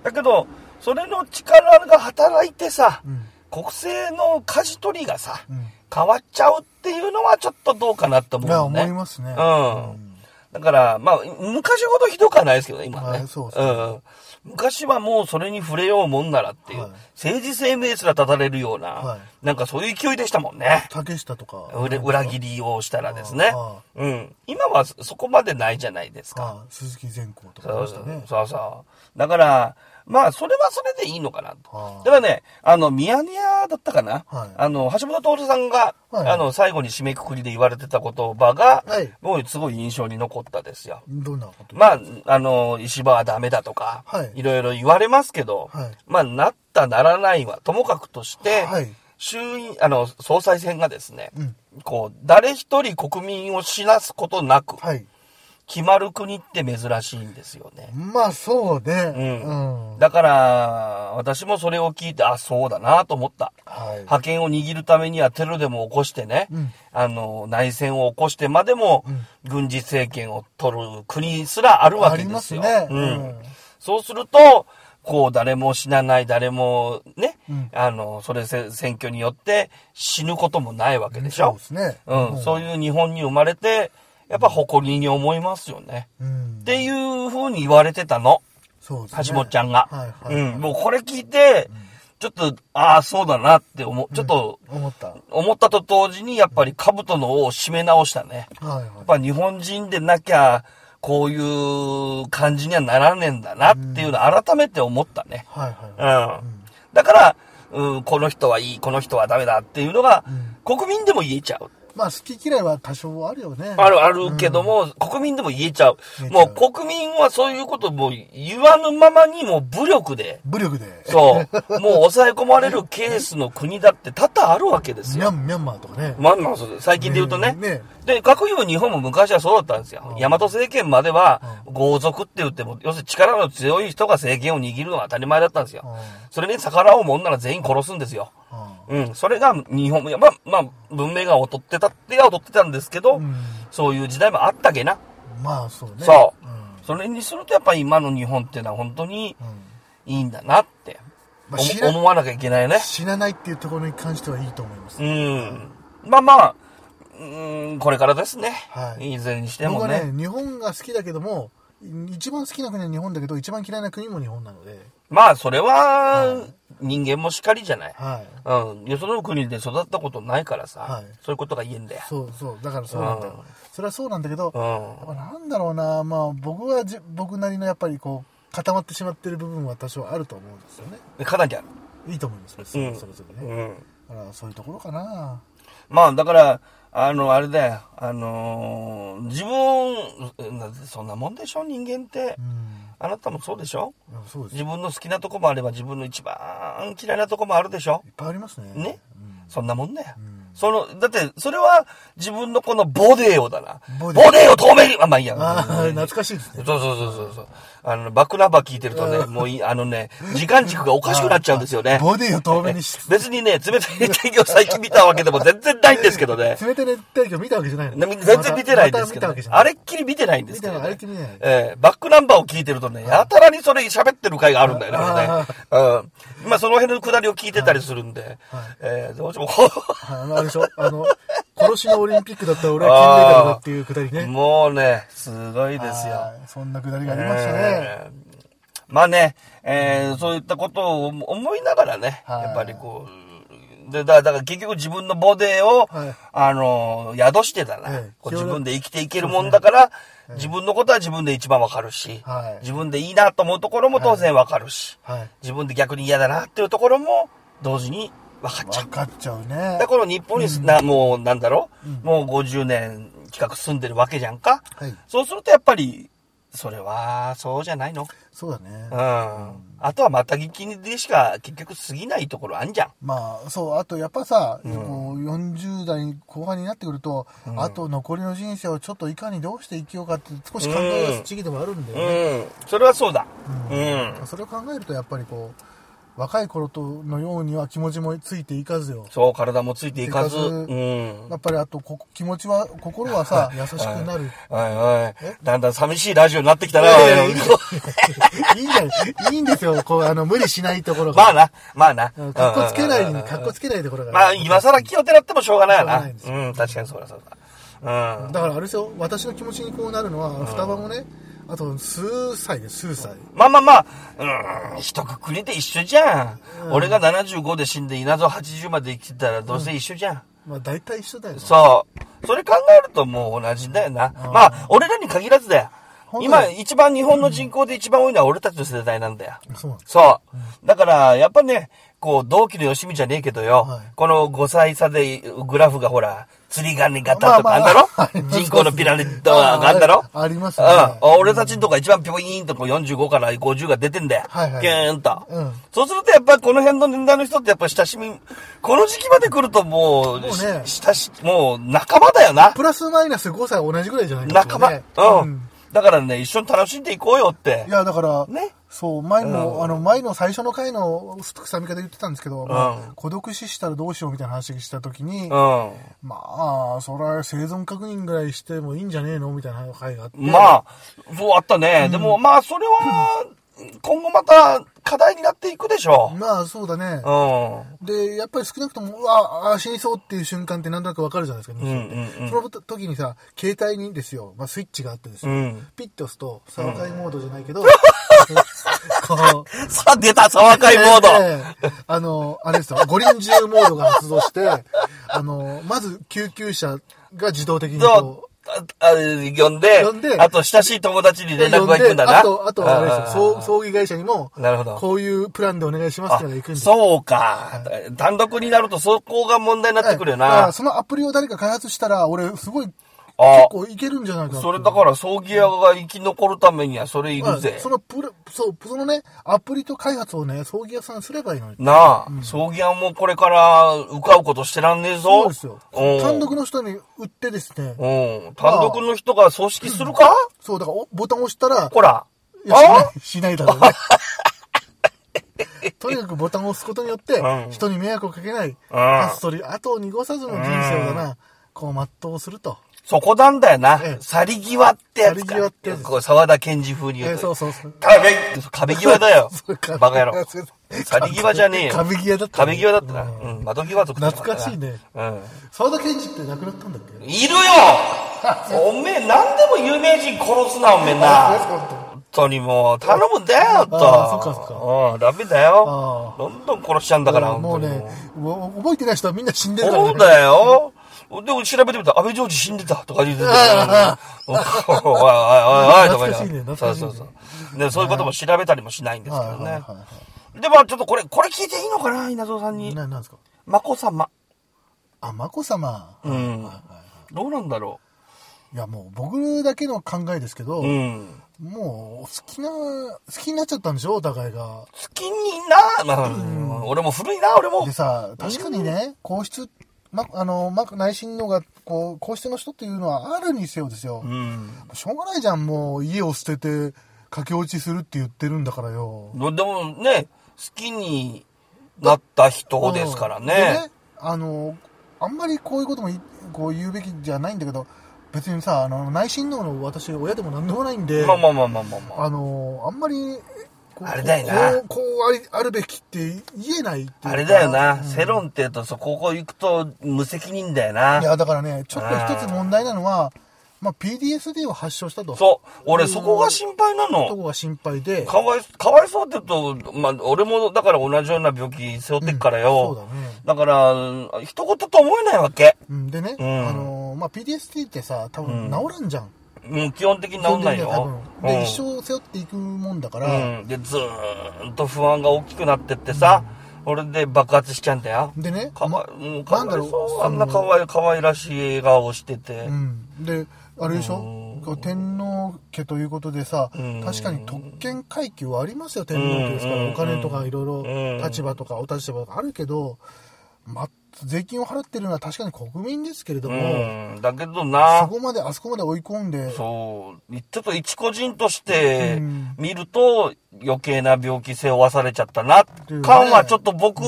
[SPEAKER 1] だけど、それの力が働いてさ、
[SPEAKER 2] うん
[SPEAKER 1] 国政の舵取りがさ、
[SPEAKER 2] うん
[SPEAKER 1] 変わっちゃうっていうのはちょっとどうかなって思う
[SPEAKER 2] いや、
[SPEAKER 1] よね。
[SPEAKER 2] 思いますね。
[SPEAKER 1] うんだから、まあ、昔ほどひどくはないですけどね、今はね。
[SPEAKER 2] はいそうですね
[SPEAKER 1] ん。昔はもうそれに触れようもんならっていう、
[SPEAKER 2] はい
[SPEAKER 1] 政治生命すら立たれるような、
[SPEAKER 2] は
[SPEAKER 1] なんかそういう勢いでしたもんね。
[SPEAKER 2] 竹下とか。
[SPEAKER 1] 裏裏切りをしたらですね
[SPEAKER 2] は。
[SPEAKER 1] うん。今はそそこまでないじゃないですか。
[SPEAKER 2] あー鈴木善光とかい
[SPEAKER 1] そ
[SPEAKER 2] ま
[SPEAKER 1] う
[SPEAKER 2] したね。
[SPEAKER 1] そうそう。だから、まあ、それはそれでいいのかなと。
[SPEAKER 2] はい
[SPEAKER 1] だからね、あの、ミヤネ屋だったかな、
[SPEAKER 2] はい
[SPEAKER 1] あの、橋本徹さんが、
[SPEAKER 2] はい
[SPEAKER 1] あの、最後に締めくくりで言われてた言葉が、
[SPEAKER 2] はい
[SPEAKER 1] もうすごい印象に残ったですよ。
[SPEAKER 2] どんなこと
[SPEAKER 1] まあ、あの、石破はダメだとか、
[SPEAKER 2] はい
[SPEAKER 1] いろいろ言われますけど、
[SPEAKER 2] はい
[SPEAKER 1] まあ、なったならないはともかくとして、
[SPEAKER 2] はい
[SPEAKER 1] 衆院、あの、総裁選がですね、
[SPEAKER 2] うん
[SPEAKER 1] こう、誰一人国民を死なすことなく、
[SPEAKER 2] はい。
[SPEAKER 1] 決まる国って珍しいんですよね。
[SPEAKER 2] まあ、そうね。
[SPEAKER 1] うん
[SPEAKER 2] うん
[SPEAKER 1] だから、私もそれを聞いて、あ、そうだなと思った。
[SPEAKER 2] はい。
[SPEAKER 1] 覇権を握るためにはテロでも起こしてね、
[SPEAKER 2] うん
[SPEAKER 1] あの、内戦を起こしてまでも
[SPEAKER 2] うん、
[SPEAKER 1] 軍事政権を取る国すらあるわけですよ。
[SPEAKER 2] ありますね
[SPEAKER 1] うん
[SPEAKER 2] うん
[SPEAKER 1] そうすると、こう、誰も死なない、誰もね、
[SPEAKER 2] うん
[SPEAKER 1] あの、それせ選挙によって死ぬこともないわけでし
[SPEAKER 2] そう
[SPEAKER 1] ょ
[SPEAKER 2] で。すね。
[SPEAKER 1] うん、そう
[SPEAKER 2] う。
[SPEAKER 1] いう日本に生まれて、やっぱ誇りに思いますよね。
[SPEAKER 2] うん
[SPEAKER 1] っ。ていう風に言われてたの。
[SPEAKER 2] そうですね。
[SPEAKER 1] 橋本ちゃんが。
[SPEAKER 2] はいはい。
[SPEAKER 1] うん。もうこれ聞いて、ちょっと、ああ、そうだなって思う、ちょっと、
[SPEAKER 2] 思った。はい
[SPEAKER 1] 思ったと同時に、やっぱり兜の尾を締め直したね。
[SPEAKER 2] はい。
[SPEAKER 1] やっぱ日本人でなきゃ、こういう感じにはならねえんだなっていうのを改めて思ったね。
[SPEAKER 2] はい
[SPEAKER 1] うん。
[SPEAKER 2] は
[SPEAKER 1] だから、うん、この人はいい、この人はダメだっていうのが、国民でも言えちゃう。
[SPEAKER 2] い。まあ、好き嫌いは多少あるよね。
[SPEAKER 1] ある、あるけども、国民でも言えちゃう。
[SPEAKER 2] 言えちゃ
[SPEAKER 1] も
[SPEAKER 2] う
[SPEAKER 1] う国民はそういうこともう言わぬままにもう武力で、
[SPEAKER 2] 武力で。
[SPEAKER 1] そう。もう抑え込まれるケースの国だって多々あるわけです
[SPEAKER 2] ミャ
[SPEAKER 1] よ。
[SPEAKER 2] ン、ミャンマーとかね。
[SPEAKER 1] まあまあそうです、最近で言うとね。
[SPEAKER 2] ねえね
[SPEAKER 1] で、各言う日本も昔はそうだったんですよ。大和政権までは、豪族って言っても、要するに力の強い人が政権を握るのは当たり前だったんですよ
[SPEAKER 2] うん。
[SPEAKER 1] それに逆らうもんなら全員殺すんですよ。
[SPEAKER 2] う
[SPEAKER 1] うん、それが日本、まあ、まあ、文明が劣ってたっては劣ってたんですけど、
[SPEAKER 2] ん
[SPEAKER 1] そういう時代もあったけな。
[SPEAKER 2] んまあ、そうね。
[SPEAKER 1] そう
[SPEAKER 2] うん。
[SPEAKER 1] それにするとやっぱり今の日本ってのは本当に
[SPEAKER 2] うん
[SPEAKER 1] いいんだなって、
[SPEAKER 2] まあ
[SPEAKER 1] お
[SPEAKER 2] 知ら
[SPEAKER 1] 思わなきゃいけないね。
[SPEAKER 2] 死なないっていうところに関してはいいと思います
[SPEAKER 1] う。ん。まあまあ、うん、これからですね。
[SPEAKER 2] はい
[SPEAKER 1] いずれにして
[SPEAKER 2] 僕
[SPEAKER 1] も
[SPEAKER 2] はね
[SPEAKER 1] ね。、
[SPEAKER 2] 日本が好きだけども、一番好きな国は日本だけど、一番嫌いな国も日本なので、
[SPEAKER 1] まあ、それは、人間もしかりじゃない。
[SPEAKER 2] はい。
[SPEAKER 1] うん。よその国で育ったことないからさ、
[SPEAKER 2] はい
[SPEAKER 1] そういうことが言えんだよ。
[SPEAKER 2] そうそう、だからそうなんだ
[SPEAKER 1] うん
[SPEAKER 2] よ。それはそうなんだけど、
[SPEAKER 1] う
[SPEAKER 2] や
[SPEAKER 1] ん。
[SPEAKER 2] っぱなんだろうな、まあ僕はじ僕なりのやっぱりこう、固まってしまってる部分は多少あると思うんですよね。
[SPEAKER 1] でかなりある。
[SPEAKER 2] いいと思います、別
[SPEAKER 1] う
[SPEAKER 2] に
[SPEAKER 1] ん
[SPEAKER 2] それぞれ
[SPEAKER 1] う
[SPEAKER 2] ね。
[SPEAKER 1] ん。
[SPEAKER 2] だからそういうところかな。
[SPEAKER 1] まあ、だから、あの、あれだよ。あのー自分、うんそんなもんでしょ人間って
[SPEAKER 2] う。ん
[SPEAKER 1] あなたもそうでしょ
[SPEAKER 2] いやそうです
[SPEAKER 1] 自
[SPEAKER 2] よ
[SPEAKER 1] 分の好きなとこもあれば自分の一番嫌いなとこもあるでしょ
[SPEAKER 2] いっぱいありますね
[SPEAKER 1] ね
[SPEAKER 2] うん
[SPEAKER 1] そんなもんだよ。
[SPEAKER 2] ん
[SPEAKER 1] その、だって、それは自分のこのボデーをだな。ボ
[SPEAKER 2] ボ
[SPEAKER 1] デ
[SPEAKER 2] デー
[SPEAKER 1] ーを透明にあ、まあいいや。
[SPEAKER 2] ああ
[SPEAKER 1] うん
[SPEAKER 2] 懐かしいです
[SPEAKER 1] そう
[SPEAKER 2] ね
[SPEAKER 1] そうそうそうそう。あの、バクナバ聞いてるとね、もうい、あのね、時間軸がおかしくなっちゃうんですよね。
[SPEAKER 2] ボディを透明にし
[SPEAKER 1] 別 にね、冷たい熱帯魚最近見たわけでも全然ないんですけど ね。
[SPEAKER 2] 冷て熱帯魚見たわけじゃないの
[SPEAKER 1] な全然見てないんですけど、
[SPEAKER 2] またまた見たわ
[SPEAKER 1] ね
[SPEAKER 2] けじゃない
[SPEAKER 1] あれっきり見てないんですけど、
[SPEAKER 2] 見てないあれっきり見てない
[SPEAKER 1] ええバックナンバーを聞いてるとね、やたらにそれ喋ってる回があるんだよね、これね。うん。まあ、その辺のくだりを聞いてたりするんで、ええどうしても こう、
[SPEAKER 2] あのあれでしょあの殺しのオリンピックだったら俺は金メダルだっていうくだりね
[SPEAKER 1] もうね、すごいですよ。
[SPEAKER 2] はいそんなくだりがありましたね
[SPEAKER 1] ええまあね、ええそういったことを思いながらね、
[SPEAKER 2] はい
[SPEAKER 1] やっぱりこう、でだだから結局自分のボデーを、
[SPEAKER 2] はい
[SPEAKER 1] あの、宿してたな、
[SPEAKER 2] ええ
[SPEAKER 1] こう
[SPEAKER 2] い
[SPEAKER 1] 自
[SPEAKER 2] ろいろ
[SPEAKER 1] 分で生きていけるもんだから、自分のことは自分で一番わかるし、
[SPEAKER 2] はい
[SPEAKER 1] 自分でいいなと思うところも当然わかるし、
[SPEAKER 2] はい
[SPEAKER 1] 自分で逆に嫌だなっていうところも同時に分かっちゃう
[SPEAKER 2] 分。かっちゃうね
[SPEAKER 1] だから日本にす、な、もうなんだろう、もう50年近く住んでるわけじゃんか。
[SPEAKER 2] はい
[SPEAKER 1] そうするとやっぱり、それは、そうじゃないの
[SPEAKER 2] そうだ
[SPEAKER 1] うん。
[SPEAKER 2] ね
[SPEAKER 1] あとはまたぎきでしか結局過ぎないところあんじゃん。
[SPEAKER 2] まあそうあとやっぱさ、こう40代後半になってくると、あと残りの人生をちょっといかにどうして生きようかって少し考え出す時期でもあるんだよね、
[SPEAKER 1] うん。それはそうだ。う。
[SPEAKER 2] うんそれを考えるとやっぱりこう若い頃とのようには気持ちもついていかずよ
[SPEAKER 1] そう、体もついていかず。
[SPEAKER 2] いかず
[SPEAKER 1] うん
[SPEAKER 2] や。っぱりあとこ気持ちは心はさ優しくなる
[SPEAKER 1] はいはい。だんだん寂しいラジオになってきたな。
[SPEAKER 2] いやいや いいんだよいいんですよこうあの無理しないところが
[SPEAKER 1] まあな、まあな。
[SPEAKER 2] うんかっこつけない
[SPEAKER 1] うんうんうん
[SPEAKER 2] かっこつけないところが
[SPEAKER 1] まあ、今更気をてらってもしょうがないよ
[SPEAKER 2] しょうがないんです
[SPEAKER 1] な。うん、確かにそうだそうだ。うん。
[SPEAKER 2] だからあれですよ私の気持ちにこうなるのは双葉もねあと数歳です数歳
[SPEAKER 1] まあまあまあ、うーん、一括りで一緒じゃん。俺が75で死んで稲造80まで生きてたらどうせ一緒じゃん。
[SPEAKER 2] まあ大体一緒だよね
[SPEAKER 1] そう。それ考えるともう同じだよな。まあ、俺らに限らずだよ。
[SPEAKER 2] 本当
[SPEAKER 1] 今、
[SPEAKER 2] だよ
[SPEAKER 1] 一番日本の人口で一番多いのは俺たちの世代なんだよ。
[SPEAKER 2] そうなんです
[SPEAKER 1] そう。だから、やっぱね、こう、同期のよしみじゃねえけどよ、
[SPEAKER 2] はい
[SPEAKER 1] この5歳差でグラフがほら、釣り金型とか
[SPEAKER 2] ま
[SPEAKER 1] あ
[SPEAKER 2] あ
[SPEAKER 1] ん
[SPEAKER 2] まあ
[SPEAKER 1] だろ、
[SPEAKER 2] あります ね
[SPEAKER 1] 人口のピラミッドがあんだ ろ
[SPEAKER 2] ああります
[SPEAKER 1] う
[SPEAKER 2] ね
[SPEAKER 1] ん。俺たちのとこが一番ピョイーンとこう45から50が出てんだよ。
[SPEAKER 2] はいはい
[SPEAKER 1] キューンと。
[SPEAKER 2] うん
[SPEAKER 1] そうするとやっぱりこの辺の年代の人ってやっぱ親しみ、この時期まで来るともう、
[SPEAKER 2] もうね
[SPEAKER 1] し親し、もう仲間だよな。
[SPEAKER 2] プラスマイナス5歳は同じぐらいじゃないか
[SPEAKER 1] 仲間、
[SPEAKER 2] ね
[SPEAKER 1] うん。
[SPEAKER 2] うん
[SPEAKER 1] だからね、一緒に楽しんでいこうよって。
[SPEAKER 2] いや、だから、
[SPEAKER 1] ね
[SPEAKER 2] そう、前も、あの、前の最初の回の臭み方言ってたんですけど、まあ孤独死したらどうしようみたいな話した時に、
[SPEAKER 1] うん。
[SPEAKER 2] まあ、それは生存確認ぐらいしてもいいんじゃねえのみたいな回があって。
[SPEAKER 1] まあ、そうあったね。でもまあ、それは、今後また課題になっていくでしょう。
[SPEAKER 2] まあ、そうだね。
[SPEAKER 1] うん。
[SPEAKER 2] で、やっぱり少なくとも、うわああ、死にそうっていう瞬間ってなんとなくわかるじゃないですか、人間って
[SPEAKER 1] うんうんうん
[SPEAKER 2] その時にさ、携帯にですよ、まあ、スイッチがあってですよ、
[SPEAKER 1] うん
[SPEAKER 2] ピッと押すと、3回モードじゃないけ ど、こう、
[SPEAKER 1] さあ、出た、爽快モード。
[SPEAKER 2] ええあの、あれですよ、五輪中モードが発動して、 あの、まず救急車が自動的にこ
[SPEAKER 1] そう。ああ呼んで
[SPEAKER 2] 呼んで
[SPEAKER 1] あと親しい友達に
[SPEAKER 2] う、
[SPEAKER 1] 連絡が行くんだな。
[SPEAKER 2] あと、あと、あれですよ、葬
[SPEAKER 1] あー
[SPEAKER 2] 葬儀会社にも、
[SPEAKER 1] なるほど
[SPEAKER 2] こういうプランでお願いしますってのが行くん
[SPEAKER 1] あ
[SPEAKER 2] です
[SPEAKER 1] そうか、単独になるとそこが問題になってくるよ
[SPEAKER 2] だから
[SPEAKER 1] な。
[SPEAKER 2] そのアプリを誰か開発したら、俺、すごい、結
[SPEAKER 1] あ
[SPEAKER 2] 構いけるんじゃないかなって。
[SPEAKER 1] それだから葬儀屋が生き残るためにはそれいる
[SPEAKER 2] は
[SPEAKER 1] ぜ
[SPEAKER 2] い。そのプラ、そう、そのね、アプリと開発をね、葬儀屋さんすればいいのに。
[SPEAKER 1] なあ、葬儀屋もこれからうかうことしてらんねえぞ。
[SPEAKER 2] そうですよ。
[SPEAKER 1] うん
[SPEAKER 2] 単独の人に売ってですね、
[SPEAKER 1] うん。単独の人が葬式するか、
[SPEAKER 2] そう、だからおボタンを押したら、
[SPEAKER 1] ほら。
[SPEAKER 2] いやしな
[SPEAKER 1] あ
[SPEAKER 2] いしないだろうね。 とにかくボタンを押すことによって
[SPEAKER 1] う、ん
[SPEAKER 2] 人に迷惑をかけない、パストリ、後を濁さずの人生をだな、こう全うすると。
[SPEAKER 1] そこなんだよな
[SPEAKER 2] ええ。
[SPEAKER 1] 去り際ってやつか。
[SPEAKER 2] 去り際ってやつ
[SPEAKER 1] こう沢田賢治風に言
[SPEAKER 2] え
[SPEAKER 1] う
[SPEAKER 2] ー
[SPEAKER 1] と。
[SPEAKER 2] そうそうそう。
[SPEAKER 1] 壁、壁際だよ
[SPEAKER 2] そう。か
[SPEAKER 1] バカ野郎。
[SPEAKER 2] そう
[SPEAKER 1] 去り際じゃねえよ。
[SPEAKER 2] 壁際だった
[SPEAKER 1] 壁際だったな。うん。窓際族だった
[SPEAKER 2] 懐かしいね。
[SPEAKER 1] うん。
[SPEAKER 2] 沢田研二って亡くなったんだっけ
[SPEAKER 1] いるよ おめえ、なんでも有名人殺すな、おめえな。本当にもう、頼むんだよ、と。
[SPEAKER 2] ああそっかそっ
[SPEAKER 1] うん、ダメだよ
[SPEAKER 2] あ。あ
[SPEAKER 1] どんどん殺しちゃうんだから、
[SPEAKER 2] もう
[SPEAKER 1] 本当に
[SPEAKER 2] ね、もう覚えてない人はみんな死んでるから
[SPEAKER 1] そうだよ。でも調べてみたら、安倍ジョージ死んでたとか言ってた。おいおいおいおいとか言って。
[SPEAKER 2] 懐かしいね懐
[SPEAKER 1] そ
[SPEAKER 2] か
[SPEAKER 1] う
[SPEAKER 2] しい
[SPEAKER 1] そ
[SPEAKER 2] ね
[SPEAKER 1] うそう。ね、そういうことも調べたりもしないんですけ
[SPEAKER 2] はい
[SPEAKER 1] ど
[SPEAKER 2] はいはい
[SPEAKER 1] ね。
[SPEAKER 2] は
[SPEAKER 1] で、まあちょっとこれ、これ聞いていいのかな稲造さん
[SPEAKER 2] い。
[SPEAKER 1] に。
[SPEAKER 2] な、なんですか
[SPEAKER 1] まこさま。
[SPEAKER 2] あ、眞子さま。
[SPEAKER 1] うん。どうなんだろ
[SPEAKER 2] いや、もう僕だけの考えですけど、
[SPEAKER 1] う。うん。
[SPEAKER 2] もう、好きな、好きになっちゃったんでしょお互いが。
[SPEAKER 1] 好きにな、まあ、俺も古いな、俺も
[SPEAKER 2] で。さ、確かにね、皇室、ま、あの、ま、内心のが、こう、皇室の人っていうのはあるにせよですよ。
[SPEAKER 1] うん。
[SPEAKER 2] しょうがないじゃん、もう、家を捨てて、駆け落ちするって言ってるんだからよ。
[SPEAKER 1] どでもね、好きになった人ですから
[SPEAKER 2] で
[SPEAKER 1] ね。
[SPEAKER 2] あの、あんまりこういうこともいこう言うべきじゃないんだけど、別にさ、あの、内心のの私、親でもなんでもないんで、
[SPEAKER 1] まあまあまあまあまあまあ。
[SPEAKER 2] あの、あんまり、こう
[SPEAKER 1] あれだよな
[SPEAKER 2] こう、こうありあるべきって言えないっていうか。
[SPEAKER 1] あれだよな、世論って言うと、そここ行くと無責任だよない
[SPEAKER 2] や、だからね、ちょっと一
[SPEAKER 1] あー
[SPEAKER 2] つ問題なのは、まあ、PDSD を発症したと。
[SPEAKER 1] そう。俺、そこが心配な
[SPEAKER 2] と
[SPEAKER 1] の。
[SPEAKER 2] こが心配で。
[SPEAKER 1] かわい、かわいそうって言うと、まあ、俺もだから同じような病気背負ってっから
[SPEAKER 2] そ
[SPEAKER 1] よ
[SPEAKER 2] うだ。ね。
[SPEAKER 1] だから、一言と思えないわけ。
[SPEAKER 2] うん、でね、
[SPEAKER 1] うん
[SPEAKER 2] あのーまあ、PDSD ってさ、多
[SPEAKER 1] う
[SPEAKER 2] 分
[SPEAKER 1] ん
[SPEAKER 2] 治らんじゃん。
[SPEAKER 1] うん、基本的に治んない
[SPEAKER 2] 基本的には多
[SPEAKER 1] よ
[SPEAKER 2] 分。
[SPEAKER 1] うん
[SPEAKER 2] で、一生背負っていくもんだから、
[SPEAKER 1] うん。で、ずーっと不安が大きくなってってさ、俺で爆発しちゃうんだよ。
[SPEAKER 2] でね、
[SPEAKER 1] かわい、うん、かわ
[SPEAKER 2] ないんだろう
[SPEAKER 1] そう。
[SPEAKER 2] その
[SPEAKER 1] あんなかわい、かわいらしい笑顔をしてて。
[SPEAKER 2] うん、で、あれでしょ、こう天皇家ということでさ、
[SPEAKER 1] うん
[SPEAKER 2] 確かに特権階級はありますよ、天皇家ですから、
[SPEAKER 1] うん
[SPEAKER 2] お金とかいろい
[SPEAKER 1] うん
[SPEAKER 2] ろ、立場とかお立場とかあるけど、ま、税金を払ってるのは確かに国民ですけれども、
[SPEAKER 1] うん。だけど
[SPEAKER 2] そ
[SPEAKER 1] な、
[SPEAKER 2] こまで、あそこまで追い込んで、
[SPEAKER 1] そう、ちょっと一個人として
[SPEAKER 2] うん
[SPEAKER 1] 見ると余計な病気背負わされちゃったな
[SPEAKER 2] ていう。ね
[SPEAKER 1] 感はちょっと僕、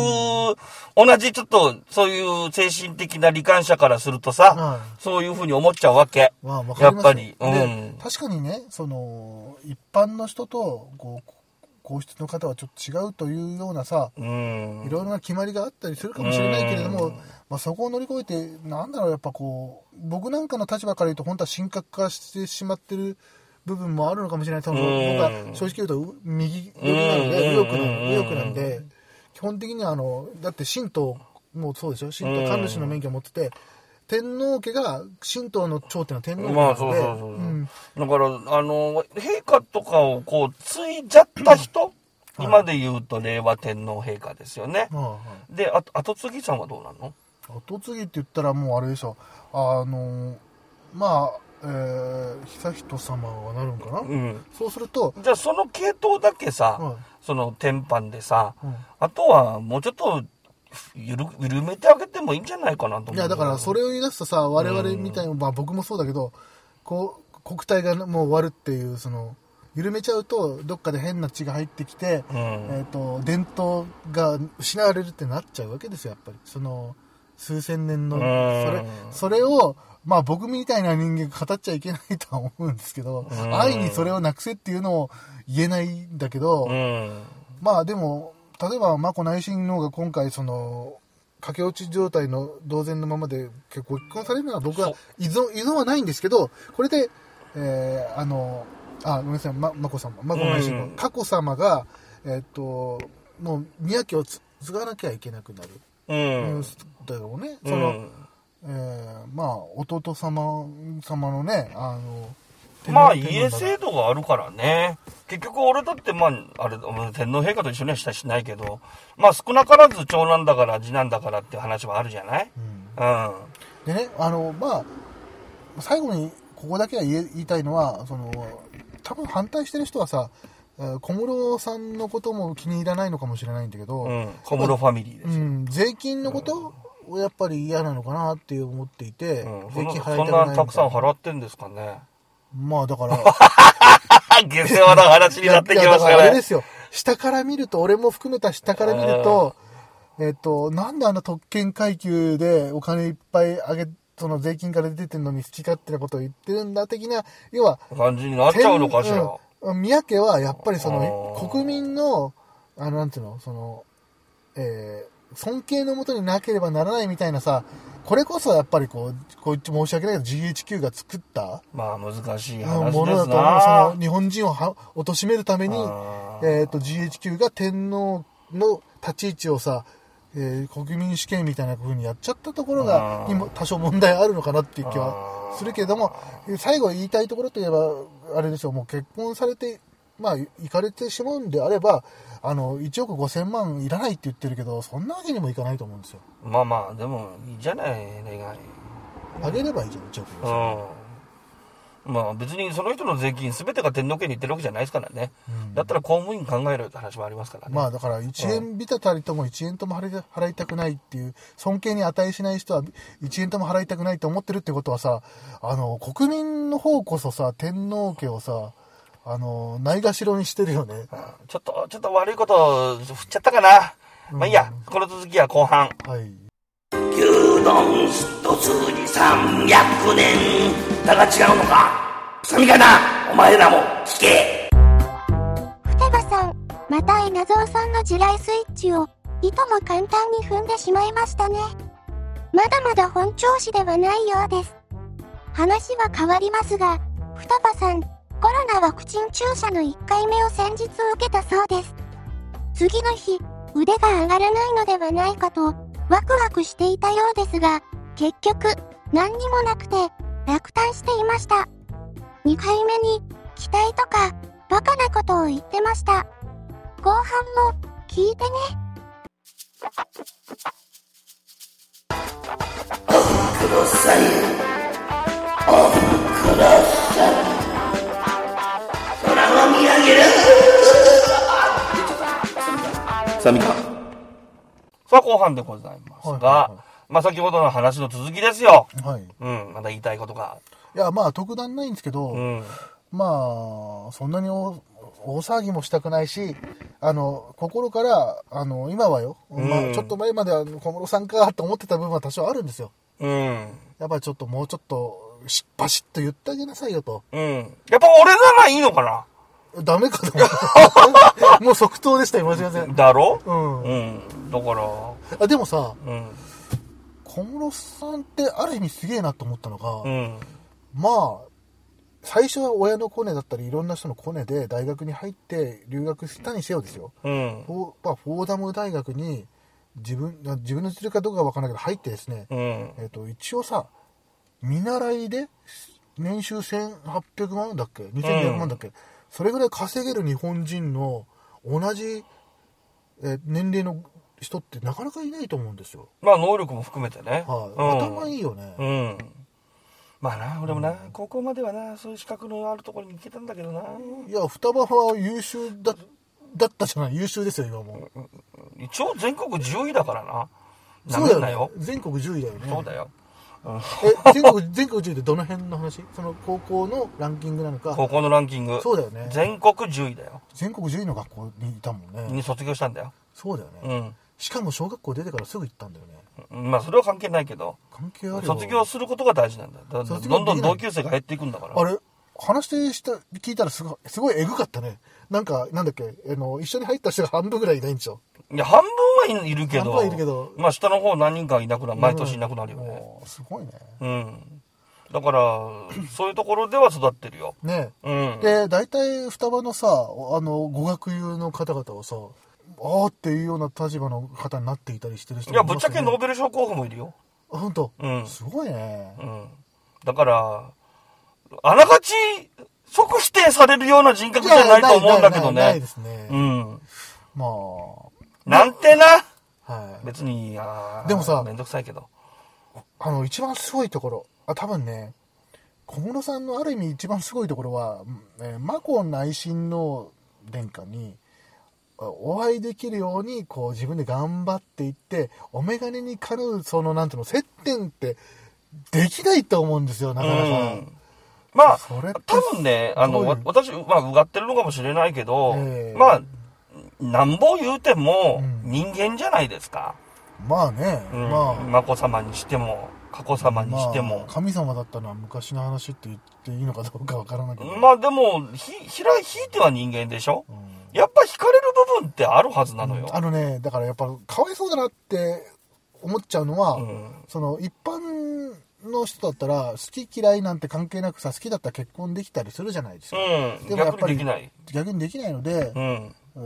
[SPEAKER 1] 同じちょっとそういう精神的な罹患者からするとさ、
[SPEAKER 2] う
[SPEAKER 1] そういうふうに思っちゃうわけ。
[SPEAKER 2] まあ、わか
[SPEAKER 1] やっ
[SPEAKER 2] ります
[SPEAKER 1] ぱ
[SPEAKER 2] よ
[SPEAKER 1] り。う
[SPEAKER 2] で
[SPEAKER 1] ん。
[SPEAKER 2] 確かにね、その、一般の人と、こう、皇室の方はちょっと違うというようなさ、
[SPEAKER 1] うん
[SPEAKER 2] い。ろいろな決まりがあったりするかもしれないけれども、
[SPEAKER 1] うん
[SPEAKER 2] まあ、そこを乗り越えて、なんだろう、やっぱこう、僕なんかの立場から言うと、本当は神格化してしまってる部分もあるのかもしれない、その
[SPEAKER 1] うん
[SPEAKER 2] 僕は正直言うと、う右寄りな
[SPEAKER 1] う
[SPEAKER 2] ので、
[SPEAKER 1] ん
[SPEAKER 2] 右翼なの
[SPEAKER 1] うん
[SPEAKER 2] 右翼なんで、基本的にはあの、だって神道もそうでしょ、神
[SPEAKER 1] うん
[SPEAKER 2] 道、神主の免許を持ってて、天皇家が神道の頂点の天皇家
[SPEAKER 1] ま
[SPEAKER 2] な
[SPEAKER 1] あ、そ
[SPEAKER 2] の
[SPEAKER 1] う
[SPEAKER 2] で、
[SPEAKER 1] そうそうそう、
[SPEAKER 2] うん
[SPEAKER 1] だから、あの、陛下とかをこう、継いじゃった人、今で言うと令和天皇陛下ですよね。
[SPEAKER 2] まあはい
[SPEAKER 1] で、あと、後継ぎさんはどうなの
[SPEAKER 2] 後継ぎって言ったらもうあれでしょあのまあえー悠仁さまはなるんかな、
[SPEAKER 1] うん。
[SPEAKER 2] そうすると、
[SPEAKER 1] じゃあ、その系統だけさ、
[SPEAKER 2] はい
[SPEAKER 1] その、天板でさ、
[SPEAKER 2] うん
[SPEAKER 1] あとは、もうちょっと、ゆる、緩めてあげてもいいんじゃないかなと思う。
[SPEAKER 2] いやだからそれを言い出すとさ我々みたいに、まあ、僕もそうだけどこう国体がもう終わるっていうその緩めちゃうとどっかで変な血が入ってきて、
[SPEAKER 1] うん
[SPEAKER 2] えー、と伝統が失われるってなっちゃうわけですよやっぱりその数千年の
[SPEAKER 1] うん
[SPEAKER 2] それそれをまあ僕みたいな人間が語っちゃいけないとは思うんですけど
[SPEAKER 1] ん
[SPEAKER 2] 安易にそれをなくせっていうのを言えないんだけど、
[SPEAKER 1] うん。
[SPEAKER 2] まあでも例えば眞子内親王が今回その駆け落ち状態の同然のままで結構結婚されるのは僕は
[SPEAKER 1] そ
[SPEAKER 2] 依存依存はないんですけどこれで、えーあのあごめんなさい、ま、眞子さま眞子内親王、
[SPEAKER 1] うん
[SPEAKER 2] 佳子さまがえっともう宮家をつ継がなきゃいけなくなる、
[SPEAKER 1] う
[SPEAKER 2] うんん。だろうね
[SPEAKER 1] う
[SPEAKER 2] その、
[SPEAKER 1] ん。
[SPEAKER 2] えーまあ弟様様のねあの
[SPEAKER 1] まあ、
[SPEAKER 2] 天皇
[SPEAKER 1] 家制度があるからね。結局、俺だって、まあ、あれ、天皇陛下と一緒にはしたしないけど、まあ、少なからず長男だから、次男だからっていう話はあるじゃない
[SPEAKER 2] うん
[SPEAKER 1] うん。
[SPEAKER 2] でね、あの、まあ、最後にここだけは言え言いたいのは、その、多分反対してる人はさ、えー小室さんのことも気に入らないのかもしれないんだけど、
[SPEAKER 1] うん。小室ファミリーで
[SPEAKER 2] う
[SPEAKER 1] す。
[SPEAKER 2] ん税金のことをやっぱり嫌なのかなって思っていて、
[SPEAKER 1] うん。そ
[SPEAKER 2] 税
[SPEAKER 1] んな
[SPEAKER 2] 金払い
[SPEAKER 1] そ
[SPEAKER 2] た
[SPEAKER 1] ん
[SPEAKER 2] くない
[SPEAKER 1] な
[SPEAKER 2] み
[SPEAKER 1] たくさん
[SPEAKER 2] たいな
[SPEAKER 1] 払ってんですかね。
[SPEAKER 2] まあだから、
[SPEAKER 1] あ、下世話な話になってきま
[SPEAKER 2] いや
[SPEAKER 1] し
[SPEAKER 2] だ
[SPEAKER 1] た
[SPEAKER 2] からあれ
[SPEAKER 1] ね
[SPEAKER 2] で。すよ。下から見ると、俺も含めた下から見ると、えっと、なんであの特権階級でお金いっぱいあげ、その税金から出てるのに好き勝手なことを言ってるんだ的な、要は、
[SPEAKER 1] 感じになっちゃうのかしら。
[SPEAKER 2] うん宮家はやっぱりそ
[SPEAKER 1] あ
[SPEAKER 2] の
[SPEAKER 1] ー
[SPEAKER 2] 国民のあのなんていうのその、えー尊敬のもとになければならないみたいなさこれこそやっぱりこうこう言って申し訳ないけど GHQ が作った
[SPEAKER 1] まあ、難しい
[SPEAKER 2] うん
[SPEAKER 1] 話
[SPEAKER 2] もの
[SPEAKER 1] で
[SPEAKER 2] だ
[SPEAKER 1] す
[SPEAKER 2] と思うそ
[SPEAKER 1] な
[SPEAKER 2] の。日本人をは貶めるために、
[SPEAKER 1] あー
[SPEAKER 2] えー、と GHQ が天皇の立ち位置をさ、えー国民主権みたいな風にやっちゃったところが
[SPEAKER 1] あー
[SPEAKER 2] にも多少問題あるのかなっていう気はするけれどもえー最後言いたいところといえばあれでしょうもう結婚されてまあ、い行かれてしまうんであれば、あの、1億5000万いらないって言ってるけど、そんなわけにもいかないと思うんですよ。
[SPEAKER 1] まあまあ、でも、いいじゃない、恋愛。
[SPEAKER 2] あげればいいじゃん、1億5000万。
[SPEAKER 1] うん。まあ別にその人の税金全てが天皇家に行ってるわけじゃないですからね。
[SPEAKER 2] うん
[SPEAKER 1] だったら公務員考えるって話もありますからね。
[SPEAKER 2] まあだから1円ビタたりとも1円とも払い払いたくないっていう尊敬に値しない人は1円とも払いたくないと思ってるってことはさあの国民の方こそさ天皇家をさあのないがしろにしてるよね
[SPEAKER 1] うんちょっと、ちょっと悪いこと振っちゃったかな。まあいいや、この続きは後半。
[SPEAKER 2] はい
[SPEAKER 6] 牛丼一筋300年だが違うのかサミかなお前らも聞け
[SPEAKER 4] 双葉さん、また稲造さんの地雷スイッチを、いとも簡単に踏んでしまいましたね。まだまだ本調子ではないようです。話は変わりますが、双葉さん、コロナワクチン注射の1回目を先日受けたそうです。次の日、腕が上がらないのではないかと、ワクワクしていたようですが、結局、何にもなくて、落胆していました。2回目に、期待とか、バカなことを言ってました。後半も聞いてね。
[SPEAKER 6] サミか
[SPEAKER 1] さあ後半でございますが、
[SPEAKER 2] はいはいは
[SPEAKER 1] まあ先ほどの話の続きですよ。
[SPEAKER 2] はい
[SPEAKER 1] うん、まだ言いたいことが。
[SPEAKER 2] いやまあ特段ないんですけど、
[SPEAKER 1] うん。
[SPEAKER 2] まあそんなに大大騒ぎもしたくないしあの心からあの今はよ、ま
[SPEAKER 1] うん
[SPEAKER 2] あ、ちょっと前までは小室さんかと思ってた部分は多少あるんですよ
[SPEAKER 1] うん。
[SPEAKER 2] やっぱりちょっともうちょっとしっぱしっと言ってあげなさいよと
[SPEAKER 1] うん。やっぱ俺ならいいのか
[SPEAKER 2] ダメかと思 った。もう即答でした、今、間違いませ。
[SPEAKER 1] なんだろ
[SPEAKER 2] うん
[SPEAKER 1] うん。だから、
[SPEAKER 2] あでもさ、
[SPEAKER 1] うん。
[SPEAKER 2] 小室さんってある意味すげえなと思ったのが、
[SPEAKER 1] うん。
[SPEAKER 2] まあ、最初は親のコネだったり、いろんな人のコネで大学に入って留学したにせよですよ。
[SPEAKER 1] うん。
[SPEAKER 2] フォーまあ、フォーダム大学に自分、あ自分の実力かどうかわからないけど入ってですね、
[SPEAKER 1] うん。
[SPEAKER 2] えっ、と、一応さ、見習いで年収1800万だっけ ?2200 万だっけ、それぐらい稼げる日本人の同じ、えー年齢の人ってなかなかいないと思うんですよ。
[SPEAKER 1] まあ能力も含めてね。
[SPEAKER 2] はい。
[SPEAKER 1] うん、
[SPEAKER 2] 頭いいよね。
[SPEAKER 1] うん。まあな、俺もな、高校まではな、そういう資格のあるところに行けたんだけどな。
[SPEAKER 2] いや、双葉は優秀だ、だったじゃない優秀ですよ、今も。
[SPEAKER 1] 一応全国10位だからな。
[SPEAKER 2] そう
[SPEAKER 1] なめんな
[SPEAKER 2] だよ
[SPEAKER 1] よ
[SPEAKER 2] ね。。全国10位だよね。
[SPEAKER 1] そうだよ。
[SPEAKER 2] え、全国、 全国10位ってどの辺の話その高校のランキングなのか。
[SPEAKER 1] 高校のランキング。
[SPEAKER 2] そうだよね。
[SPEAKER 1] 全国10位だよ。
[SPEAKER 2] 全国10位の学校にいたもんね。
[SPEAKER 1] に卒業したんだよ。
[SPEAKER 2] そうだよね。
[SPEAKER 1] うん。
[SPEAKER 2] しかも小学校出てからすぐ行ったんだよね。
[SPEAKER 1] まあそれは関係ないけど。
[SPEAKER 2] 関係あるよ
[SPEAKER 1] 卒業することが大事なんだよ。だ
[SPEAKER 2] 卒業
[SPEAKER 1] どんど
[SPEAKER 2] で
[SPEAKER 1] ん
[SPEAKER 2] きない
[SPEAKER 1] 同級生が減っていくんだから。
[SPEAKER 2] あれ、話した、聞いたらすごい、すごいエグかったね。なんか、なんだっけ、あの、一緒に入った人が半分ぐらいいないんでしょ。
[SPEAKER 1] いや、半分はいるけど。
[SPEAKER 2] 半分はいるけど
[SPEAKER 1] まあ下の方何人かいなくなる。毎年いなくなるよね。
[SPEAKER 2] もうすごいね。
[SPEAKER 1] うん。だから、そういうところでは育ってるよ。
[SPEAKER 2] ね
[SPEAKER 1] うん。
[SPEAKER 2] で、大体、双葉のさ、あの、語学友の方々はさ、ああっていうような立場の方になっていたりしてる人
[SPEAKER 1] い
[SPEAKER 2] も
[SPEAKER 1] や、
[SPEAKER 2] ま
[SPEAKER 1] ぶっち
[SPEAKER 2] す
[SPEAKER 1] ゃ
[SPEAKER 2] よね
[SPEAKER 1] けノーベル賞候補もいるよ。
[SPEAKER 2] あ、ほんと。
[SPEAKER 1] うん
[SPEAKER 2] すごいね
[SPEAKER 1] う。ん。だから、あながち、即否定されるような人格じゃないと思うんだけど
[SPEAKER 2] ないないないない
[SPEAKER 1] ね
[SPEAKER 2] で。すね。
[SPEAKER 1] うん。
[SPEAKER 2] ま
[SPEAKER 1] なんてな。
[SPEAKER 2] あ、はい。
[SPEAKER 1] 別に、あー
[SPEAKER 2] でもさ
[SPEAKER 1] めんどくさいけど。
[SPEAKER 2] あの、一番すごいところ、あ、多分ね、小室さんのある意味一番すごいところは、うんえー眞子内親王殿下に、あお会いできるように、こう自分で頑張っていって、お眼鏡にかぬ、その、なんていうの、接点って、できないと思うんですよ、なかなか。
[SPEAKER 1] うんまあ
[SPEAKER 2] それって、
[SPEAKER 1] 多分ね、あの、
[SPEAKER 2] どう
[SPEAKER 1] わ
[SPEAKER 2] いう
[SPEAKER 1] 私、まあ、うがってるのかもしれないけど、
[SPEAKER 2] ええ
[SPEAKER 1] まあ、なんぼ言うても
[SPEAKER 2] うん、
[SPEAKER 1] 人間じゃないですか。
[SPEAKER 2] まあね、
[SPEAKER 1] うん。
[SPEAKER 2] まあ、
[SPEAKER 1] 眞子さまにしても、佳子さまにして
[SPEAKER 2] ま
[SPEAKER 1] も
[SPEAKER 2] あ。神様だったのは昔の話って言っていいのかどうかわからないけど。
[SPEAKER 1] まあでも、ひ、ひら、ひいては人間でしょ
[SPEAKER 2] うん
[SPEAKER 1] やっぱ惹かれる部分ってあるはずなのよ。
[SPEAKER 2] あのね、だからやっぱ、かわいそうだなって思っちゃうのは、
[SPEAKER 1] うん
[SPEAKER 2] その、一般の人だったら、好き嫌いなんて関係なくさ、好きだったら結婚できたりするじゃないですか。
[SPEAKER 1] うん。逆にできない。
[SPEAKER 2] 逆にできないので
[SPEAKER 1] う、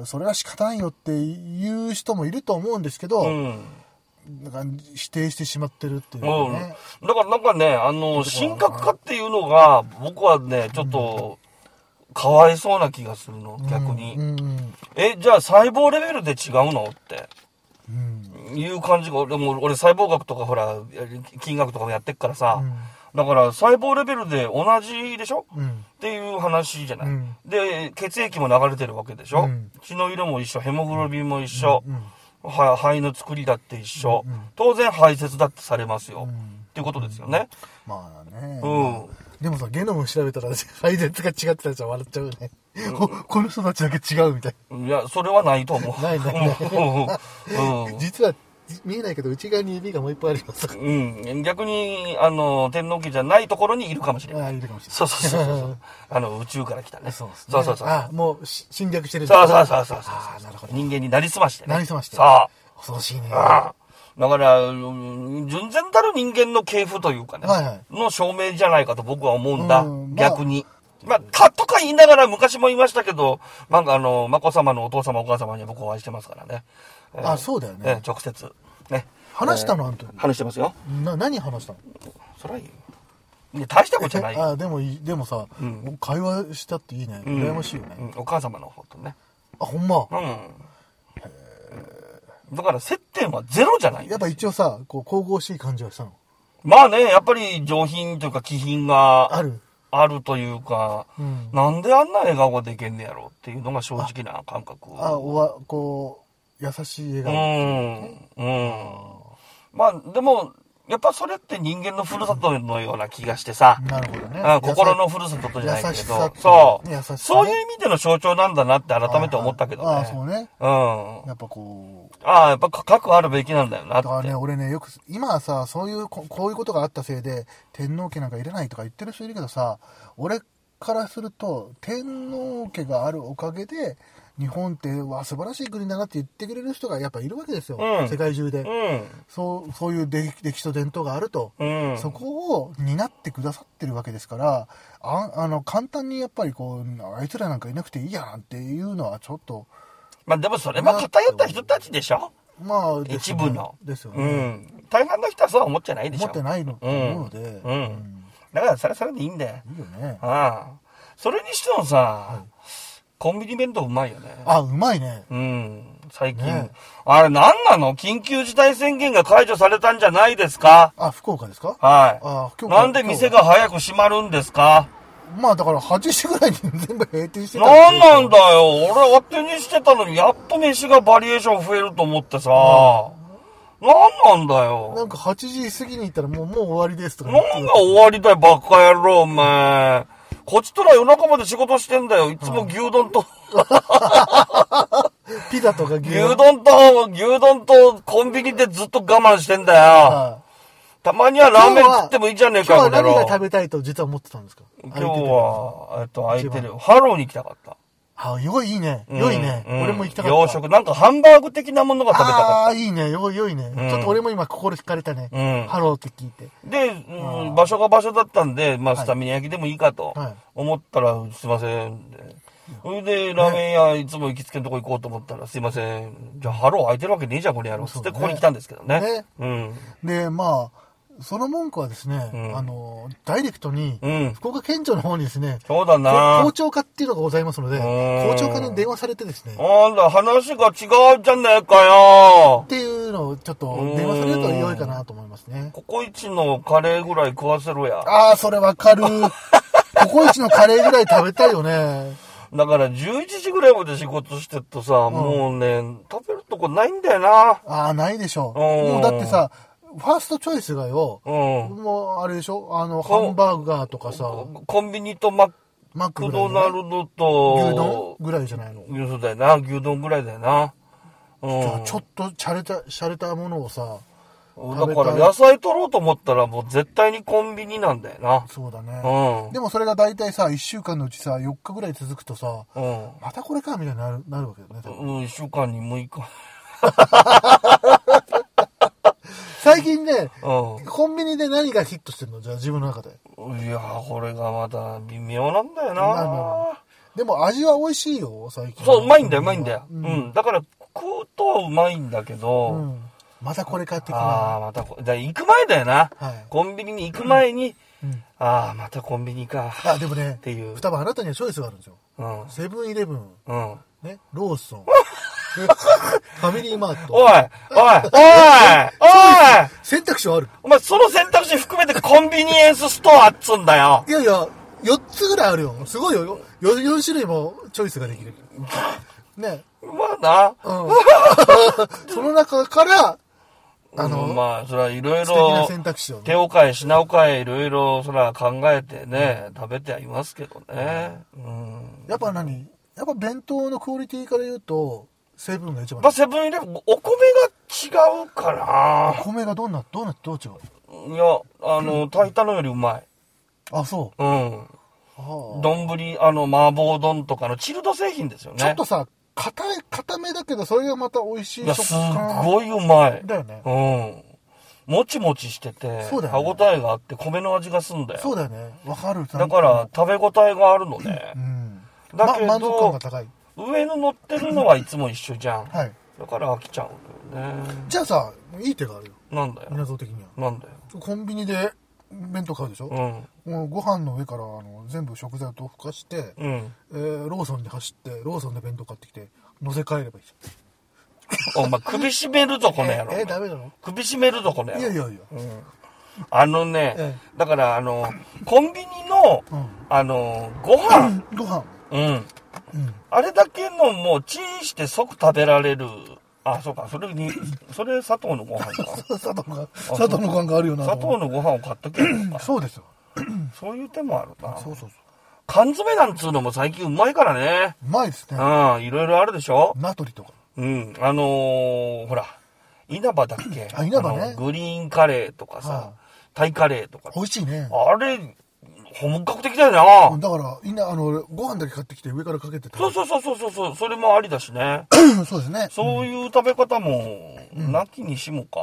[SPEAKER 1] ん。
[SPEAKER 2] それは仕方ないよっていう人もいると思うんですけど、
[SPEAKER 1] うん。
[SPEAKER 2] なんか否定してしまってるっていう
[SPEAKER 1] うん。
[SPEAKER 2] ね。
[SPEAKER 1] だからなんかね、あの、神格化っていうのが、僕はね、ちょっと、かわいそうな気がするの、逆に。
[SPEAKER 2] うんうん
[SPEAKER 1] え、じゃあ細胞レベルで違うのって。いう感じが、俺も、俺細胞学とかほら、金額とかもやってっからさ、だから細胞レベルで同じでしょ、
[SPEAKER 2] うん
[SPEAKER 1] っていう話じゃない、
[SPEAKER 2] うん
[SPEAKER 1] で、血液も流れてるわけでしょ、
[SPEAKER 2] うん
[SPEAKER 1] 血の色も一緒、ヘモグロビンも一緒、
[SPEAKER 2] うん
[SPEAKER 1] は肺の作りだって一緒、当然排泄だってされますよ、
[SPEAKER 2] ん
[SPEAKER 1] っていうことですよね。
[SPEAKER 2] まあね、
[SPEAKER 1] うん
[SPEAKER 2] でもさゲノム調べたら配列が違ってたらちょっと笑っちゃうね、ここの人たちだけ違うみたい
[SPEAKER 1] いや、それはないと思う。
[SPEAKER 2] ないな いない
[SPEAKER 1] うんうん
[SPEAKER 2] 実は見えないけど内側に指がもういっぱいありますから
[SPEAKER 1] うん、逆に、あの、天皇家じゃないところにいるかもしれない。
[SPEAKER 2] ああいるかもしれない
[SPEAKER 1] そうそうそうそう。あの、宇宙から来たね。
[SPEAKER 2] そうですね
[SPEAKER 1] そうそうそう。
[SPEAKER 2] あもうし侵略してる
[SPEAKER 1] そうそうそうそうそう
[SPEAKER 2] ああなるほど
[SPEAKER 1] 人間になりすましてね。
[SPEAKER 2] なりすまして
[SPEAKER 1] さ
[SPEAKER 2] 恐ろしいね
[SPEAKER 1] あ。ああだから、うん純然たる人間の系譜というかね、
[SPEAKER 2] はいは
[SPEAKER 1] の証明じゃないかと僕は思うんだ。
[SPEAKER 2] うんまあ
[SPEAKER 1] 逆に。まあ、かとか言いながら昔も言いましたけど、なんかあの、まこさまのお父様お母様には僕お会いしてますからね。えー
[SPEAKER 2] あそうだよ
[SPEAKER 1] え
[SPEAKER 2] ね
[SPEAKER 1] ー直接。ね。
[SPEAKER 2] 話したのあの時
[SPEAKER 1] 話してますよ。
[SPEAKER 2] な何話したの
[SPEAKER 1] そらいいよ。いや大したことじゃないよ。
[SPEAKER 2] あでもいいでもさ、会話したっていいね
[SPEAKER 1] うん
[SPEAKER 2] 羨ましいよね、
[SPEAKER 1] うんお母様の方とね。
[SPEAKER 2] あほんま
[SPEAKER 1] うん。だから接点はゼロじゃない。
[SPEAKER 2] やっぱ一応さこう神々しい感じはしたの
[SPEAKER 1] まあね、やっぱり上品というか気品が
[SPEAKER 2] ある
[SPEAKER 1] あるというか、
[SPEAKER 2] うん
[SPEAKER 1] なんであんな笑顔ができんねやろっていうのが正直な感覚。
[SPEAKER 2] あおわこう優しい笑
[SPEAKER 1] う
[SPEAKER 2] 顔、
[SPEAKER 1] ん。うん。まあでも、やっぱそれって人間のふるさとのような気がしてさ、
[SPEAKER 2] なるほどね
[SPEAKER 1] うん心のふるさとじゃないけ
[SPEAKER 2] 優しさ
[SPEAKER 1] ど
[SPEAKER 2] っ、て
[SPEAKER 1] そう、
[SPEAKER 2] 優しさね
[SPEAKER 1] そういう意味での象徴なんだなって改めて思ったけどね。
[SPEAKER 2] ああそうね
[SPEAKER 1] うん。
[SPEAKER 2] やっぱこう
[SPEAKER 1] ああ、やっぱ核あるべきなんだよなっ
[SPEAKER 2] だ
[SPEAKER 1] て。
[SPEAKER 2] からね俺ねよく今はさそういうここういうことがあったせいで天皇家なんかいらないとか言ってる人いるけどさ俺からすると天皇家があるおかげで日本ってわ素晴らしい国だなって言ってくれる人がやっぱいるわけですよ、
[SPEAKER 1] うん
[SPEAKER 2] 世界中で、
[SPEAKER 1] う
[SPEAKER 2] そうそういう歴歴史と伝統があると、
[SPEAKER 1] ん。うん。
[SPEAKER 2] そこを担ってくださってるわけですからああの簡単にやっぱりこうあいつらなんかいなくていいやなんていうのはちょっと
[SPEAKER 1] まあでもそれは偏った人たちでしょ
[SPEAKER 2] まあ、で
[SPEAKER 1] 一
[SPEAKER 2] すよね
[SPEAKER 1] 部の。
[SPEAKER 2] ですよ
[SPEAKER 1] う
[SPEAKER 2] ね、
[SPEAKER 1] ん。大半の人はそうは思っちゃないでしょ
[SPEAKER 2] 持ってないのと思うので、
[SPEAKER 1] うん。うん。だからそれはそれでいいんだよ。
[SPEAKER 2] いいよね
[SPEAKER 1] ああ。それにしてもさ、コンビニ弁当うまいよね。
[SPEAKER 2] あうまいね
[SPEAKER 1] うん。最近。
[SPEAKER 2] ね
[SPEAKER 1] あれ何なの緊急事態宣言が解除されたんじゃないですか
[SPEAKER 2] あ福岡ですかあ
[SPEAKER 1] はい。
[SPEAKER 2] 今日
[SPEAKER 1] なんで店が早く閉まるんですか
[SPEAKER 2] まあだから8時ぐらいに 全部閉店してた
[SPEAKER 1] なんなんだよ俺当てにしてたのにやっと飯がバリエーション増えると思ってさ、なんなんだ
[SPEAKER 2] な
[SPEAKER 1] よ
[SPEAKER 2] んか8時過ぎに行ったらもうもう終わりですとか言ってた
[SPEAKER 1] なんが終わりだよバカ野郎お前こっちとら夜中まで仕事してんだよいつも牛丼と、
[SPEAKER 2] ピザとか牛
[SPEAKER 1] 牛丼と牛丼とコンビニでずっと我慢してんだよ、
[SPEAKER 2] はい
[SPEAKER 1] たまにはラーメン食ってもいいじゃねえかこ
[SPEAKER 2] 今日は
[SPEAKER 1] の野
[SPEAKER 2] 何
[SPEAKER 1] 郎
[SPEAKER 2] が食べたいと実は思ってたんですか
[SPEAKER 1] 今日は、えっと、空いてる。ハローに行きたかった。
[SPEAKER 2] あ良いいね良いね、
[SPEAKER 1] うん
[SPEAKER 2] 俺も行きたかった
[SPEAKER 1] 洋食。なんかハンバーグ的なものが食べたかった
[SPEAKER 2] あ。あーいいねよ良いね、
[SPEAKER 1] ん
[SPEAKER 2] ちょっと俺も今心惹かれたね、
[SPEAKER 1] うん
[SPEAKER 2] ハローって聞いて
[SPEAKER 1] で、うん場所が場所だったんで、まあ、スタミナ焼きでもいいかと
[SPEAKER 2] はい
[SPEAKER 1] 思ったら、すいませんで。それで、ラーメン屋、いつも行きつけのとこ行こうと思ったら、すいません。じゃあ、ハロー空いてるわけねえじゃん、これやろう。つって、
[SPEAKER 2] そうね
[SPEAKER 1] ここに来たんですけどね。
[SPEAKER 2] ね
[SPEAKER 1] うん。
[SPEAKER 2] でまあその文句はですね、
[SPEAKER 1] ん
[SPEAKER 2] あのダイレクトに、
[SPEAKER 1] うん
[SPEAKER 2] 福岡県庁の方にですね
[SPEAKER 1] そうだな
[SPEAKER 2] こ校長課っていうのがございますので
[SPEAKER 1] ん
[SPEAKER 2] 校長課に電話されてですね
[SPEAKER 1] なんだ、話が違うじゃねえかよ
[SPEAKER 2] っ。ていうのをちょっと電話されると良いかなと思いますね
[SPEAKER 1] ココイチのカレーぐらい食わせろや。
[SPEAKER 2] あ あそれわかるココイチのカレーぐらい食べたいよね
[SPEAKER 1] だから、11時ぐらいまで仕事してっとさ、もうね、食べるとこないんだよな。
[SPEAKER 2] ああないでしょう
[SPEAKER 1] うん
[SPEAKER 2] もうだってさファーストチョイスがよ、
[SPEAKER 1] うん。
[SPEAKER 2] もうあれでしょあの
[SPEAKER 1] そう
[SPEAKER 2] ハンバーガーとかさ
[SPEAKER 1] コンビニとマ
[SPEAKER 2] マック
[SPEAKER 1] ク
[SPEAKER 2] ぐらい
[SPEAKER 1] ド
[SPEAKER 2] じゃな
[SPEAKER 1] ナ
[SPEAKER 2] い
[SPEAKER 1] ルドと、
[SPEAKER 2] 牛丼ぐらいじゃないの、
[SPEAKER 1] そうだよな、牛丼ぐらいだよな。うん。
[SPEAKER 2] じゃあちょっとしゃれたしゃれたものをさ食べ
[SPEAKER 1] だか
[SPEAKER 2] た
[SPEAKER 1] ら
[SPEAKER 2] い
[SPEAKER 1] 野菜取ろうと思ったらもう絶対にコンビニなんだよな。
[SPEAKER 2] そうだ
[SPEAKER 1] う
[SPEAKER 2] ね、
[SPEAKER 1] ん。
[SPEAKER 2] でもそれが大体さ1週間のうちさ4日ぐらい続くとさ
[SPEAKER 1] うん。
[SPEAKER 2] またこれかみたいになるなるわけだよね多分
[SPEAKER 1] うん、一週間に6日。
[SPEAKER 2] 最近ね
[SPEAKER 1] う
[SPEAKER 2] コンビニで何がヒットしてるのじゃあ自分の中で
[SPEAKER 1] ん。いやー、これがまた微妙なんだよ
[SPEAKER 2] まあまあ
[SPEAKER 1] な。
[SPEAKER 2] でも味は美味しいよ最近
[SPEAKER 1] そう、うまいんだよ、うまいんだよ。
[SPEAKER 2] う
[SPEAKER 1] うんん。だから、食うとうまいんだけど、
[SPEAKER 2] うんまたこれか的
[SPEAKER 1] ああ、
[SPEAKER 2] な
[SPEAKER 1] またこ、だから行く前だよな。
[SPEAKER 2] はい
[SPEAKER 1] コンビニに行く前に、
[SPEAKER 2] うん
[SPEAKER 1] ああ、またコンビニか。
[SPEAKER 2] あでもね
[SPEAKER 1] っていう
[SPEAKER 2] 多分あなたにはチョイスがあるんですよ
[SPEAKER 1] うん。
[SPEAKER 2] セブンイレブ
[SPEAKER 1] う
[SPEAKER 2] ン、
[SPEAKER 1] ん。
[SPEAKER 2] ね、ロ ーソン、ねファミリーマー
[SPEAKER 1] おい、おい
[SPEAKER 2] ト。、
[SPEAKER 1] おい、おい、
[SPEAKER 2] 選択肢はある。
[SPEAKER 1] お前その選択肢含めてコンビニエンスストアっつうんだよ
[SPEAKER 2] い。やいや、4つぐらいあるよ。すごいよ。4, 四種類もチョイスがで きる。ね。
[SPEAKER 1] まあ
[SPEAKER 2] うん その中から、
[SPEAKER 1] な。
[SPEAKER 2] あの、
[SPEAKER 1] うんまあ、それはいろい
[SPEAKER 2] 素敵な
[SPEAKER 1] ろ、
[SPEAKER 2] 選択肢を
[SPEAKER 1] 手
[SPEAKER 2] ね。
[SPEAKER 1] を変え、品を変え、いろいろ、そら考えてね、食べてはいますけどね。うん。
[SPEAKER 2] やっぱ何やっぱ弁当のクオリティから言うと、成分が一
[SPEAKER 1] やっぱ。
[SPEAKER 2] 番
[SPEAKER 1] セブンイレブン、お米が違うか
[SPEAKER 2] 米がどんな、どうな、どう違う
[SPEAKER 1] ら。いや、あの、炊いたのよりうまい。
[SPEAKER 2] あ、そ
[SPEAKER 1] うん。
[SPEAKER 2] う。はあ
[SPEAKER 1] 丼、あの、麻婆丼とかのチルド製品ですよね。
[SPEAKER 2] ちょっとさ、硬い、硬めだけど、それがまた美味し
[SPEAKER 1] い
[SPEAKER 2] い
[SPEAKER 1] や、
[SPEAKER 2] 食
[SPEAKER 1] す
[SPEAKER 2] 感。
[SPEAKER 1] ごいうまい。
[SPEAKER 2] だよね
[SPEAKER 1] うん。もちもちしてて、
[SPEAKER 2] そうだよ
[SPEAKER 1] 歯
[SPEAKER 2] ね
[SPEAKER 1] 応えがあって、米の味がすんだよ。
[SPEAKER 2] そうだよね。わかる。
[SPEAKER 1] だから、、食べ応えがあるのね
[SPEAKER 2] う。ん。
[SPEAKER 1] だけど
[SPEAKER 2] ま、満足感が高い。
[SPEAKER 1] 上の乗ってるのはいつも一緒じゃん。
[SPEAKER 2] はい。
[SPEAKER 1] だから飽きちゃうんだよね。
[SPEAKER 2] じゃあさ、いい手があるよ。
[SPEAKER 1] なんだよ。
[SPEAKER 2] 港的には。
[SPEAKER 1] なんだよ。
[SPEAKER 2] コンビニで弁当買うでしょ、
[SPEAKER 1] うん。
[SPEAKER 2] もうご飯の上からあの全部食材を豆腐化して、
[SPEAKER 1] うん。
[SPEAKER 2] えーローソンに走って、ローソンで弁当買ってきて、乗せ替えればいいじ
[SPEAKER 1] お前、首絞めるぞ、こ
[SPEAKER 2] ゃん。
[SPEAKER 1] の野郎。
[SPEAKER 2] えーえーダメなの
[SPEAKER 1] 首絞めるぞ、この野郎。
[SPEAKER 2] いやいやいや。
[SPEAKER 1] あのね、
[SPEAKER 2] え
[SPEAKER 1] だから、あの、コンビニの、
[SPEAKER 2] うん
[SPEAKER 1] あの、ご飯、
[SPEAKER 2] ご飯。
[SPEAKER 1] うん。
[SPEAKER 2] うん。
[SPEAKER 1] あれだけのもうチンして即食べられる。あ、そうか、それに、それ砂糖のご飯か。
[SPEAKER 2] 佐藤 が、佐藤の感があるよなと
[SPEAKER 1] 砂
[SPEAKER 2] 思
[SPEAKER 1] 糖の
[SPEAKER 2] う。
[SPEAKER 1] ご飯を買っとけばいいのか。
[SPEAKER 2] そうですよ。
[SPEAKER 1] そういう手もあるな。
[SPEAKER 2] そうそうそう。
[SPEAKER 1] 缶詰なんつうのも最近うまいからね。
[SPEAKER 2] うまいですね。
[SPEAKER 1] うん、いろいろあるでしょ
[SPEAKER 2] ナトリとか。
[SPEAKER 1] うん、あのーほら、稲葉だっけ
[SPEAKER 2] あ稲葉ね
[SPEAKER 1] のグリーンカレーとか
[SPEAKER 2] は
[SPEAKER 1] さ、タイカレーとか。
[SPEAKER 2] 美味しいね。
[SPEAKER 1] あれ、本格的だよな。
[SPEAKER 2] だから、みんな、あの、ご飯だけ買ってきて上からかけて
[SPEAKER 1] そう
[SPEAKER 2] う。
[SPEAKER 1] そうそうそうそうそう、それもありだしね。
[SPEAKER 2] そうですね。
[SPEAKER 1] そういう食べ方も、なきにしもか。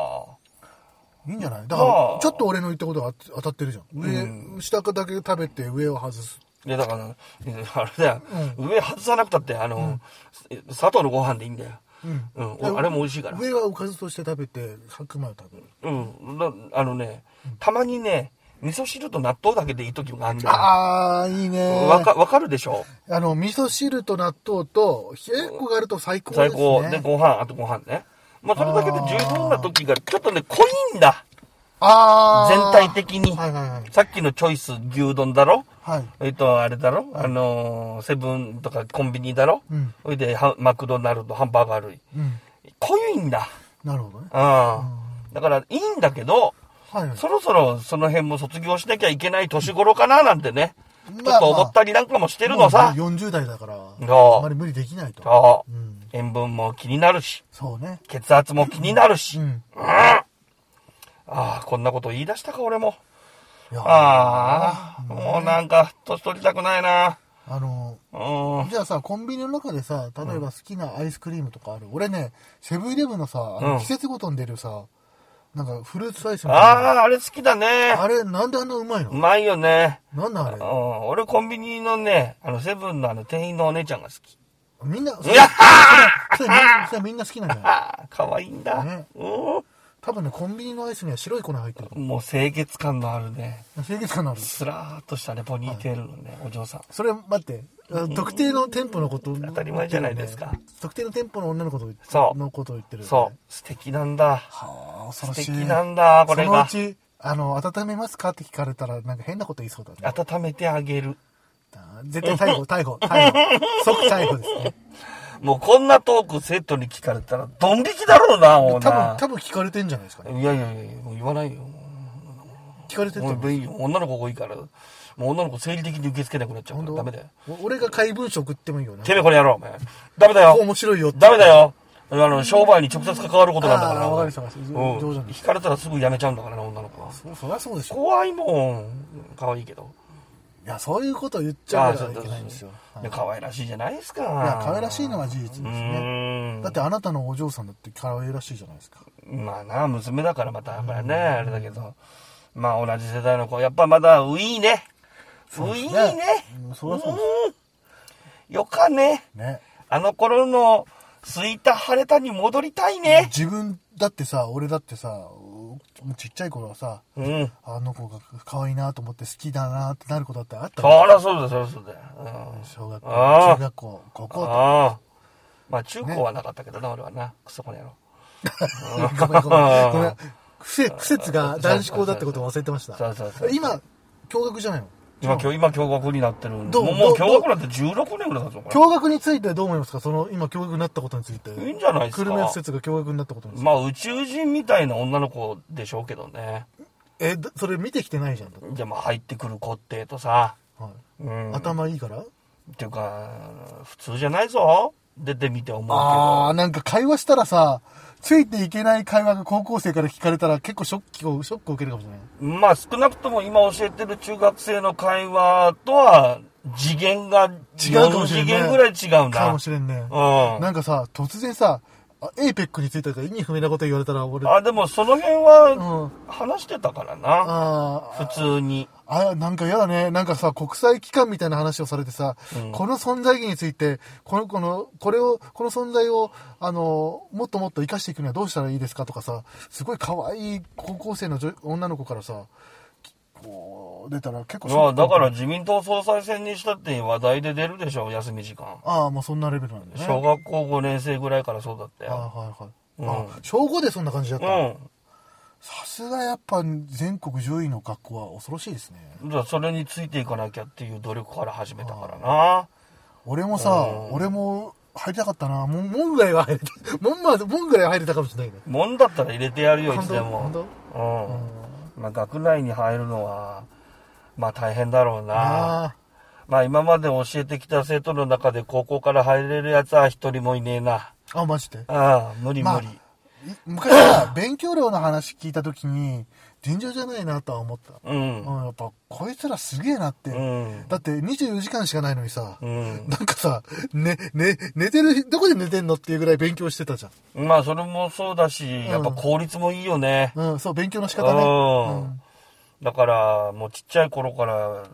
[SPEAKER 2] いいんじゃないだか
[SPEAKER 1] まあ
[SPEAKER 2] ら、ちょっと俺の言ったことが当たってるじゃん。上、下だけ食べて上を外す。
[SPEAKER 1] いや、だから、 あれだよ、上外さなくたって、あの、砂糖のご飯でいいんだよ。うん、おあれも美味しいから。
[SPEAKER 2] 上はおかずとして食べて、白米を食べる。
[SPEAKER 1] うん、なあのね、たまにね、味噌汁と納豆だけでいい時もあるんだよ。
[SPEAKER 2] あー、いいね。
[SPEAKER 1] わか、わかるでしょ
[SPEAKER 2] あの、味噌汁と納豆と、冷ややっこがあると最高ですね。
[SPEAKER 1] 最高。で、ご飯、あとご飯ね。まあ、それだけで十分な時が、ちょっとね、濃いんだ。
[SPEAKER 2] あ
[SPEAKER 1] 全
[SPEAKER 2] ー
[SPEAKER 1] 体的に。
[SPEAKER 2] はいはいはい。
[SPEAKER 1] さっきのチョイス牛丼だろ
[SPEAKER 2] はい。
[SPEAKER 1] えっと、あれだろ、あのーセブンとかコンビニだろ、
[SPEAKER 2] うん
[SPEAKER 1] それでハンマクドナルド、ハンバーガー類。
[SPEAKER 2] うん。
[SPEAKER 1] 濃いんだ。
[SPEAKER 2] なるほどね。
[SPEAKER 1] うん。だから、いいんだけど、
[SPEAKER 2] はいはい。
[SPEAKER 1] そろそろその辺も卒業しなきゃいけない年頃かななんてね、ち
[SPEAKER 2] ま
[SPEAKER 1] ょっ
[SPEAKER 2] あ
[SPEAKER 1] と思ったりなんかもしてるのさ。
[SPEAKER 2] もう40代だから、
[SPEAKER 1] そう
[SPEAKER 2] あまり無理できないと。
[SPEAKER 1] そうう。
[SPEAKER 2] ん。
[SPEAKER 1] 塩分も気になるし、
[SPEAKER 2] そうね。
[SPEAKER 1] 血圧も気になるし。
[SPEAKER 2] うん。
[SPEAKER 1] ああ、こんなこと言い出したか、俺も。
[SPEAKER 2] いや、
[SPEAKER 1] あ
[SPEAKER 2] あ
[SPEAKER 1] あ、もうなんか、年取りたくないな。
[SPEAKER 2] の、
[SPEAKER 1] うん。
[SPEAKER 2] じゃあさ、コンビニの中でさ、例えば好きなアイスクリームとかある。俺ね、セブンイレブンのさ、あ
[SPEAKER 1] うん
[SPEAKER 2] の季節ごとに出るさ、なんかフルーツアイスみ
[SPEAKER 1] あ
[SPEAKER 2] たいな。
[SPEAKER 1] あ、あれ好きだね。
[SPEAKER 2] あれ、なんであんなうまいうの
[SPEAKER 1] まいよね。
[SPEAKER 2] なんなんあ
[SPEAKER 1] う
[SPEAKER 2] れ
[SPEAKER 1] ん。俺コンビニのね、あの、セブンのあの、店員のお姉ちゃんが好き。
[SPEAKER 2] みんな、そ
[SPEAKER 1] い
[SPEAKER 2] れ
[SPEAKER 1] や
[SPEAKER 2] それみんなそれみんな好きなんじゃない
[SPEAKER 1] ああ、かわいいんだ。
[SPEAKER 2] ね
[SPEAKER 1] う
[SPEAKER 2] 多分ね、コンビニのアイスには白い粉入ってると
[SPEAKER 1] ん。もう清潔感のあるね、
[SPEAKER 2] 思う。清潔感のある。
[SPEAKER 1] スラーっとしたね、ポニーテールのね、お嬢さん。
[SPEAKER 2] それ、待って、あ特定の店舗のこと、
[SPEAKER 1] 当たり前じゃないですか。
[SPEAKER 2] 特定の店舗の女のことを言って
[SPEAKER 1] そう
[SPEAKER 2] のことを言ってる、
[SPEAKER 1] そう。。素敵なんだ。
[SPEAKER 2] はあ、恐
[SPEAKER 1] 素
[SPEAKER 2] ろしい。
[SPEAKER 1] 敵なんだ、これが
[SPEAKER 2] そ。のうち、あの、温めますかって聞かれたら、なんか変なこと言いそうだね。
[SPEAKER 1] 温めてあげる。
[SPEAKER 2] 絶対逮 捕、逮捕、逮捕。即逮捕ですね。
[SPEAKER 1] もうこんなトーク生徒に聞かれたら、ドン引きだろうな、も
[SPEAKER 2] 多
[SPEAKER 1] う
[SPEAKER 2] 分
[SPEAKER 1] な、。
[SPEAKER 2] 多分聞かれてんじゃないですかね。
[SPEAKER 1] いやいやいや、もう言わないよ。も
[SPEAKER 2] 聞かれて
[SPEAKER 1] う
[SPEAKER 2] ると思
[SPEAKER 1] も
[SPEAKER 2] う。
[SPEAKER 1] ういいよ女の子が多いから、もう女の子生理的に受け付けなくなっちゃうから、ダメだよ。
[SPEAKER 2] お俺が怪文書送ってもいいよね。
[SPEAKER 1] てめえこれやろう、お前。ダメだよ。
[SPEAKER 2] 面白いよって。
[SPEAKER 1] ダメだよ。あの、商売に直接関わることなんだから。
[SPEAKER 2] あー
[SPEAKER 1] 俺
[SPEAKER 2] わかりました
[SPEAKER 1] うん。
[SPEAKER 2] 上手に
[SPEAKER 1] 引かれたらすぐ辞めちゃうんだからな、女の子は。
[SPEAKER 2] そうそりゃそうでしょ。
[SPEAKER 1] 怖いもん。可愛いけど。
[SPEAKER 2] いや、そういうこと言っち
[SPEAKER 1] あ
[SPEAKER 2] ゃう
[SPEAKER 1] あ
[SPEAKER 2] か
[SPEAKER 1] そ
[SPEAKER 2] ら
[SPEAKER 1] う
[SPEAKER 2] い
[SPEAKER 1] そう
[SPEAKER 2] けないんです
[SPEAKER 1] そう
[SPEAKER 2] よ。
[SPEAKER 1] いや可愛らしいじゃないですか。い
[SPEAKER 2] いや、可愛らしいのは事実ですね。
[SPEAKER 1] ん
[SPEAKER 2] だってあなたのお嬢さんだって可愛らしいじゃないですか。
[SPEAKER 1] まあな、娘だからまた、やっぱりね、あれだけど。まあ同じ世代の子、やっぱまだ、ういいね。ういいね。
[SPEAKER 2] うんそりゃそうで
[SPEAKER 1] うんよかね。
[SPEAKER 2] すね。
[SPEAKER 1] あの頃の、すいた晴れたに戻りたいね。
[SPEAKER 2] 自分だってさ、俺だってさ、こもうちっちゃい頃はさ、
[SPEAKER 1] うん。
[SPEAKER 2] あの子が可愛いなと思って好きだなってなることだってあった
[SPEAKER 1] そ
[SPEAKER 2] もん
[SPEAKER 1] らそうだ、そらそうだ。うん。
[SPEAKER 2] 小学校、
[SPEAKER 1] あー
[SPEAKER 2] 中学校、高校と。
[SPEAKER 1] ああ。まあ、中高はなかったけどな、俺はな。クソこの野郎。
[SPEAKER 2] ごめんごめん。ごめん。苦節苦節が男子校だってことも忘れてました。
[SPEAKER 1] そうそうそう
[SPEAKER 2] 今、共学じゃないの
[SPEAKER 1] 今、今日、今、共学になってるんで。
[SPEAKER 2] どう
[SPEAKER 1] もう、もう
[SPEAKER 2] ど
[SPEAKER 1] 共
[SPEAKER 2] う
[SPEAKER 1] 学なんて16年ぐらいだぞ、こ
[SPEAKER 2] 共学についてどう思いますかその、今共学になったことについて。
[SPEAKER 1] れ。いいんじゃないですか。
[SPEAKER 2] 久留米施設が共学になったことについて。
[SPEAKER 1] まあ、宇宙人みたいな女の子でしょうけどね。
[SPEAKER 2] え、だそれ見てきてないじゃん。だって
[SPEAKER 1] じゃあ、まあ、入ってくる子ってとさ。
[SPEAKER 2] はい
[SPEAKER 1] うん。
[SPEAKER 2] 頭いいから
[SPEAKER 1] っていうか、普通じゃないぞ。出てみて思うけど。
[SPEAKER 2] あー、なんか会話したらさ、ついていけない会話が高校生から聞かれたら結構ショックを、ショックを受けるかもしれない。
[SPEAKER 1] まあ少なくとも今教えてる中学生の会話とは次元が
[SPEAKER 2] 違うかもしれんね
[SPEAKER 1] 4次元ぐらい違うな。
[SPEAKER 2] かもしれんね。
[SPEAKER 1] うん。
[SPEAKER 2] なんかさ、突然さ、あエイペックについてとか意味不明なこと言われたら俺、
[SPEAKER 1] あ、でもその辺
[SPEAKER 2] う
[SPEAKER 1] は
[SPEAKER 2] ん。
[SPEAKER 1] 話してたからな。
[SPEAKER 2] あー
[SPEAKER 1] 普通に。
[SPEAKER 2] あ、なんか嫌だね。なんかさ、国際機関みたいな話をされてさ、
[SPEAKER 1] うん
[SPEAKER 2] この存在意義について、この子の、これを、この存在を、あの、もっともっと生かしていくにはどうしたらいいですかとかさ、すごい可愛い高校生の女女の子からさ、こう、出たら結構
[SPEAKER 1] い
[SPEAKER 2] ショッ
[SPEAKER 1] や、
[SPEAKER 2] ク
[SPEAKER 1] だから、自民党総裁選にしたって話題で出るでしょ、休み時間。
[SPEAKER 2] ああ、もうそんなレベルなんだね。
[SPEAKER 1] 小学校5年生ぐらいからそうだった
[SPEAKER 2] ああ、
[SPEAKER 1] よ。
[SPEAKER 2] はい
[SPEAKER 1] うん
[SPEAKER 2] はい。あ、小5でそんな感じだった。
[SPEAKER 1] う
[SPEAKER 2] さすがやっぱ全国10位の学校は恐ろしいですね。
[SPEAKER 1] ん。だからそれについていかなきゃっていう努力から始めたからな。
[SPEAKER 2] 俺もさ、俺も入りたかったな。もん、もんぐらいは入れた。 もんまで、もんぐらいは入れたかもしれないけど。
[SPEAKER 1] もんだったら入れてやるよ、いつでも
[SPEAKER 2] 本当。
[SPEAKER 1] うん。まあ、学内に入るのは、まあ大変だろうな。
[SPEAKER 2] あ
[SPEAKER 1] まあ今まで教えてきた生徒の中で高校から入れるやつは一人もいねえな。
[SPEAKER 2] あ、あ、マジで。
[SPEAKER 1] ああ、無理無
[SPEAKER 2] まあ
[SPEAKER 1] 理。
[SPEAKER 2] い昔さ、勉強量の話聞いたときに、尋常じゃないなとは思った。
[SPEAKER 1] うん。
[SPEAKER 2] うん、やっぱ、こいつらすげえなって。
[SPEAKER 1] うん。
[SPEAKER 2] だって24時間しかないのにさ、
[SPEAKER 1] うん。
[SPEAKER 2] なんかさ、ね、ね、寝てる、どこで寝てんのっていうぐらい勉強してたじゃん。
[SPEAKER 1] まあそれもそうだし、やっぱ効率もいいよね。
[SPEAKER 2] うん、そう、勉強の仕
[SPEAKER 1] う
[SPEAKER 2] 方ね。うん
[SPEAKER 1] ん。だから、もうちっちゃい頃から、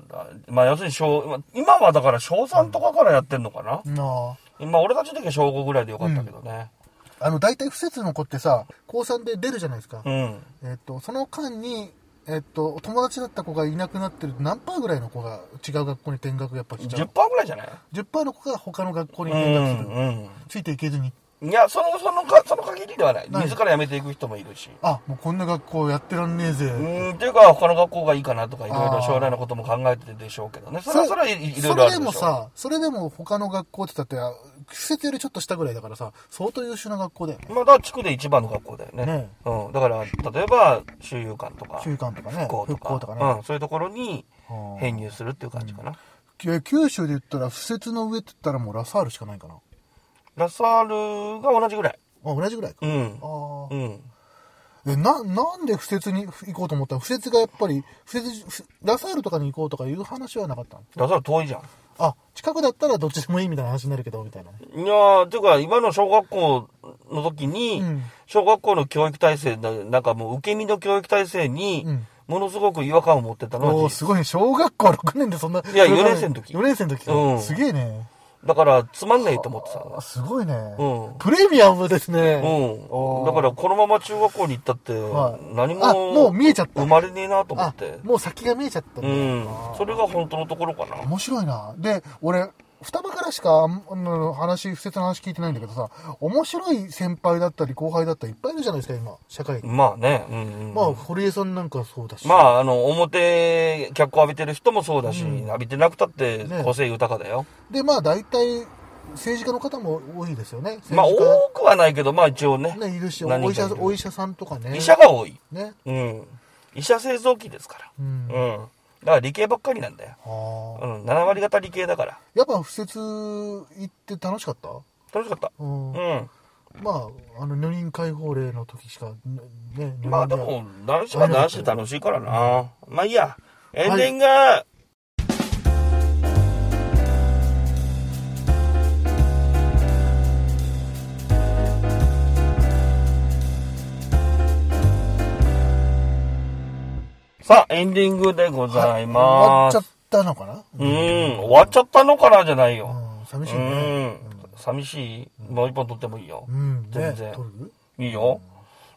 [SPEAKER 1] まあ要するに小、今はだから小3とかからやってんのかな、
[SPEAKER 2] な
[SPEAKER 1] 今俺たちだけ小5ぐらいでよかったけどね。
[SPEAKER 2] ああの、大体不設の子ってさ、高3で出るじゃないですか。
[SPEAKER 1] うん。
[SPEAKER 2] えっと、その間に、えっと、友達だった子がいなくなってると何パーぐらいの子が違う学校に転学やっぱ来ちゃ
[SPEAKER 1] 10%
[SPEAKER 2] う
[SPEAKER 1] ぐらいじゃない
[SPEAKER 2] 10%パーの子が他の学校に
[SPEAKER 1] う
[SPEAKER 2] 転学す
[SPEAKER 1] ん
[SPEAKER 2] る、
[SPEAKER 1] うん。
[SPEAKER 2] ついていけずに
[SPEAKER 1] いや、その、そのか、その限りではない。
[SPEAKER 2] ない
[SPEAKER 1] 自ら辞めていく人もいるし。
[SPEAKER 2] あもうこんな学校やってらんねえぜ、
[SPEAKER 1] うーん、っていうか、他の学校がいいかなとか、いろい
[SPEAKER 2] あ
[SPEAKER 1] ろ
[SPEAKER 2] ー
[SPEAKER 1] 将来のことも考えてるでしょうけどね。それ
[SPEAKER 2] そ
[SPEAKER 1] はそれはいいろいろ
[SPEAKER 2] そ
[SPEAKER 1] あ
[SPEAKER 2] れ
[SPEAKER 1] るで
[SPEAKER 2] で
[SPEAKER 1] しょ
[SPEAKER 2] もさそれでも他の学校って言ったってあ施設よりちょっと下ぐらいだからさ相当優秀な学校だよね
[SPEAKER 1] まあだから地区で一番の学校だよね。
[SPEAKER 2] ね
[SPEAKER 1] うん。だから、例えば、周遊館とか、
[SPEAKER 2] 中間とか
[SPEAKER 1] 復
[SPEAKER 2] ね
[SPEAKER 1] 興とか
[SPEAKER 2] 復興とかね
[SPEAKER 1] うん、そういうところに編入するっていう感じかな。
[SPEAKER 2] いや九州で言ったら施設の上って言ったらもうラサールしかないかなあ
[SPEAKER 1] ラサールが同じぐらい。
[SPEAKER 2] 同じぐらいか、
[SPEAKER 1] うん。
[SPEAKER 2] ああ
[SPEAKER 1] うん。
[SPEAKER 2] えななんで施設に行こうと思ったの施設がやっぱり施設ふラサールとかに行こうとかいう話はなかったの
[SPEAKER 1] ラサール遠いじゃん。
[SPEAKER 2] あ近くだったらどっちでもいいみたいな話になるけどみたいなね
[SPEAKER 1] いやー、ていうか、今の小学校の時に、
[SPEAKER 2] うん
[SPEAKER 1] 小学校の教育体制だ、なんかもう受け身の教育体制に
[SPEAKER 2] うん、
[SPEAKER 1] ものすごく違和感を持ってたのは事
[SPEAKER 2] おー
[SPEAKER 1] 実
[SPEAKER 2] すごいね小学校6年でそんない
[SPEAKER 1] や4年生の時
[SPEAKER 2] 4年生の時か、
[SPEAKER 1] うん
[SPEAKER 2] すげえね
[SPEAKER 1] だから、つまんないと思ってた
[SPEAKER 2] あすごいね、
[SPEAKER 1] うん
[SPEAKER 2] プレミアムです
[SPEAKER 1] の。
[SPEAKER 2] ね、
[SPEAKER 1] う
[SPEAKER 2] お
[SPEAKER 1] ん。
[SPEAKER 2] ー
[SPEAKER 1] だから、このまま中学校に行ったって、
[SPEAKER 2] はい
[SPEAKER 1] 何も、
[SPEAKER 2] あもう見えちゃった
[SPEAKER 1] 生まれねえなと思
[SPEAKER 2] あ
[SPEAKER 1] って。
[SPEAKER 2] もう先が見えちゃった
[SPEAKER 1] う
[SPEAKER 2] ね、
[SPEAKER 1] ん。それが本当のところかな。
[SPEAKER 2] 面白いなで俺双葉からしかあんあの話不説の話聞いてないんだけどさ面白い先輩だったり後輩だったりいっぱいいるじゃないですか今社会に、
[SPEAKER 1] まあね。うん、うん。
[SPEAKER 2] まあ堀江さんなんかそうだし
[SPEAKER 1] まあ、あの、表、脚光浴びてる人もそうだし、
[SPEAKER 2] うん
[SPEAKER 1] 浴びてなくたって
[SPEAKER 2] ね、
[SPEAKER 1] 個性豊かだよ。
[SPEAKER 2] でまあ大体政治家の方も多いですよね
[SPEAKER 1] まあ、
[SPEAKER 2] 政治家
[SPEAKER 1] 多くはないけど、まあ一応ね。
[SPEAKER 2] ね、いるし、
[SPEAKER 1] 何人か
[SPEAKER 2] お医者
[SPEAKER 1] いる
[SPEAKER 2] お医者さんとかね。
[SPEAKER 1] 医者が多い。
[SPEAKER 2] ね。
[SPEAKER 1] うん。医者製造機ですから。
[SPEAKER 2] う
[SPEAKER 1] うんん。。だから理系ばっかりなんだよ。う
[SPEAKER 2] ああ。
[SPEAKER 1] ん。7割型理系だから。
[SPEAKER 2] やっぱ、不設行って楽しかった
[SPEAKER 1] 楽しかった。
[SPEAKER 2] う
[SPEAKER 1] う
[SPEAKER 2] ん。
[SPEAKER 1] ん。
[SPEAKER 2] まあ、あの、女人解放令の時しか、ね、ね
[SPEAKER 1] まあでも、男子は男子で楽しいからな。まあいいや。エンディング、さあ、エンディングでございま
[SPEAKER 2] 終
[SPEAKER 1] す。
[SPEAKER 2] わっちゃったのかな
[SPEAKER 1] うん、終わっちゃったのかなじゃないよ。
[SPEAKER 2] うん、寂し
[SPEAKER 1] う
[SPEAKER 2] いね。
[SPEAKER 1] ん、寂しい。もう一本取ってもいいよ
[SPEAKER 2] う。ん、ね
[SPEAKER 1] 全然
[SPEAKER 2] 撮る
[SPEAKER 1] いいよ。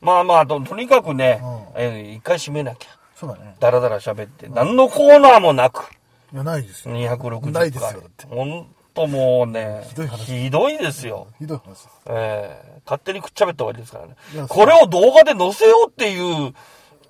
[SPEAKER 1] まあまあ、ととにかくね、
[SPEAKER 2] う
[SPEAKER 1] えー一回締めなきゃ。
[SPEAKER 2] そうだね。
[SPEAKER 1] だらだら喋って、何のコーナーもなく、
[SPEAKER 2] いや、ないですよ。
[SPEAKER 1] 260
[SPEAKER 2] な
[SPEAKER 1] 回
[SPEAKER 2] いですよだって
[SPEAKER 1] ほんともうね、
[SPEAKER 2] ひどい話
[SPEAKER 1] ひどいですよ。
[SPEAKER 2] ひどい話です。
[SPEAKER 1] えー勝手にくっちゃべった終わりですからね
[SPEAKER 2] いや。
[SPEAKER 1] これを動画で載せようっていう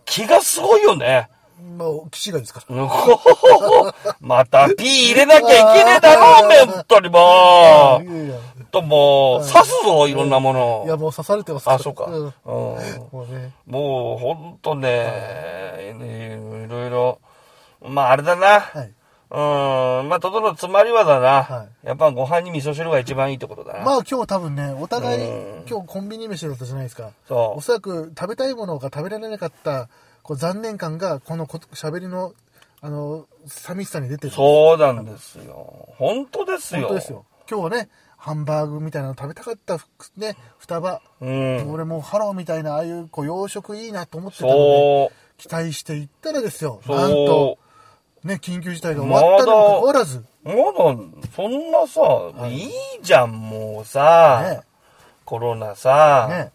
[SPEAKER 1] 気がすごいよね。
[SPEAKER 2] まあ、騎士がですから。
[SPEAKER 1] うんほほほほまた P 入れなきゃいけねえだろうね、ほんとにも。
[SPEAKER 2] いうやいや
[SPEAKER 1] ほんともう、刺すぞ、いろんなもの
[SPEAKER 2] いや、
[SPEAKER 1] を。
[SPEAKER 2] もう刺されてます
[SPEAKER 1] あ、そうか。うん
[SPEAKER 2] んもうね。
[SPEAKER 1] もう、ほんとね、いろいろ。まあ、あれだな。
[SPEAKER 2] はい。
[SPEAKER 1] うん、まあ、とどのつまりはだな。
[SPEAKER 2] は
[SPEAKER 1] やっぱご飯に味噌汁が一番いいってことだな。
[SPEAKER 2] まあ今日多分ね、お互い
[SPEAKER 1] うん
[SPEAKER 2] 今日コンビニ飯だったじゃないですか。
[SPEAKER 1] そう
[SPEAKER 2] おそらく食べたいものが食べられなかった、こう残念感が、このこ喋りの、あの、寂しさに出てる。
[SPEAKER 1] そうなんですよ。本当ですよ。
[SPEAKER 2] 本当ですよ。今日はね、ハンバーグみたいなの食べたかった、ふね、双葉。
[SPEAKER 1] うん。
[SPEAKER 2] 俺もうハローみたいな、ああいう、こう、洋食いいなと思ってたので、
[SPEAKER 1] そ
[SPEAKER 2] 期待していったらですよ。
[SPEAKER 1] う。
[SPEAKER 2] なん
[SPEAKER 1] そ
[SPEAKER 2] と、ね、緊急事態が終わったにもかかわらず、
[SPEAKER 1] う。まだ、そんなさ、い、いじゃん、もうさ。
[SPEAKER 2] ね、
[SPEAKER 1] コロナさ、
[SPEAKER 2] ね、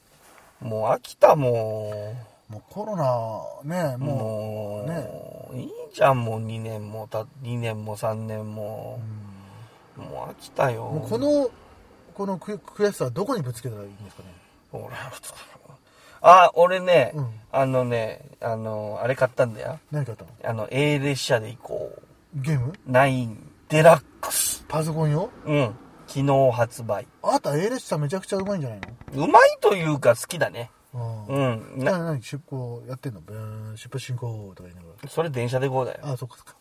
[SPEAKER 1] もう飽きたも
[SPEAKER 2] もうコロナ、ね、
[SPEAKER 1] ん。
[SPEAKER 2] も
[SPEAKER 1] もう、いいじゃん、もう2年もた、2年も3年も。もう飽きたよ。
[SPEAKER 2] う、もうこの、このく悔しさはどこにぶつけたらいいんですかね。
[SPEAKER 1] 俺は普通あ、俺ね、
[SPEAKER 2] うん
[SPEAKER 1] あのね、あの、あれ買ったんだよ。
[SPEAKER 2] 何かあったの
[SPEAKER 1] あの、A 列車で行こ
[SPEAKER 2] ゲーム
[SPEAKER 1] う。9デラックス。
[SPEAKER 2] パソコンよ
[SPEAKER 1] うん。昨日発売。
[SPEAKER 2] あなた A 列車めちゃくちゃうまいんじゃないう
[SPEAKER 1] まいというか好きだね。
[SPEAKER 2] の
[SPEAKER 1] う
[SPEAKER 2] うん。
[SPEAKER 1] ん。
[SPEAKER 2] な
[SPEAKER 1] な、
[SPEAKER 2] 何出航やってんのブーン、出発進行とか言いなが
[SPEAKER 1] それ電車で行こうだよ。
[SPEAKER 2] ら。あ、そっかそっか。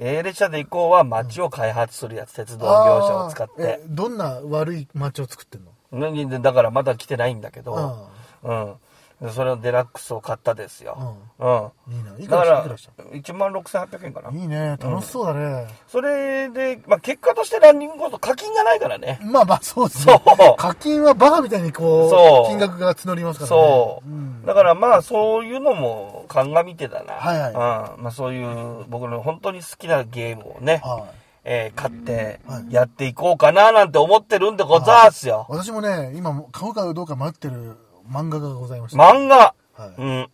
[SPEAKER 1] うん。A 列車で行こうは街を開発するやつ、鉄道業者を使っ
[SPEAKER 2] あーえ
[SPEAKER 1] て。
[SPEAKER 2] どんな悪い街を作ってんの
[SPEAKER 1] なんでだからまだ来てないんだけど、
[SPEAKER 2] あ
[SPEAKER 1] うん。でそれのデラックスを買ったですよ。うん。
[SPEAKER 2] あ、いいな。いく
[SPEAKER 1] だから
[SPEAKER 2] しい
[SPEAKER 1] ら
[SPEAKER 2] くらした、
[SPEAKER 1] 1万6800円かな。
[SPEAKER 2] いいね。楽しそうだね。
[SPEAKER 1] それで、まあ、結果としてランニングコースト課金がないからね。
[SPEAKER 2] まあまあ、そうですね
[SPEAKER 1] そう
[SPEAKER 2] 課金はバーみたいにこ
[SPEAKER 1] そう
[SPEAKER 2] う、金額が募りますからね。
[SPEAKER 1] そう、
[SPEAKER 2] ん
[SPEAKER 1] だからまあ、そういうのも鑑みてだな。
[SPEAKER 2] はいはい
[SPEAKER 1] うん。まあ、そういう、僕の本当に好きなゲームをね、
[SPEAKER 2] はい。
[SPEAKER 1] えー買って
[SPEAKER 2] は、い
[SPEAKER 1] やっていこうかななんて思ってるんでござーすよ。
[SPEAKER 2] 私もね、今も買うかどうか迷ってる漫画がございまして。
[SPEAKER 1] 漫画、
[SPEAKER 2] は
[SPEAKER 1] う
[SPEAKER 2] い
[SPEAKER 1] ん。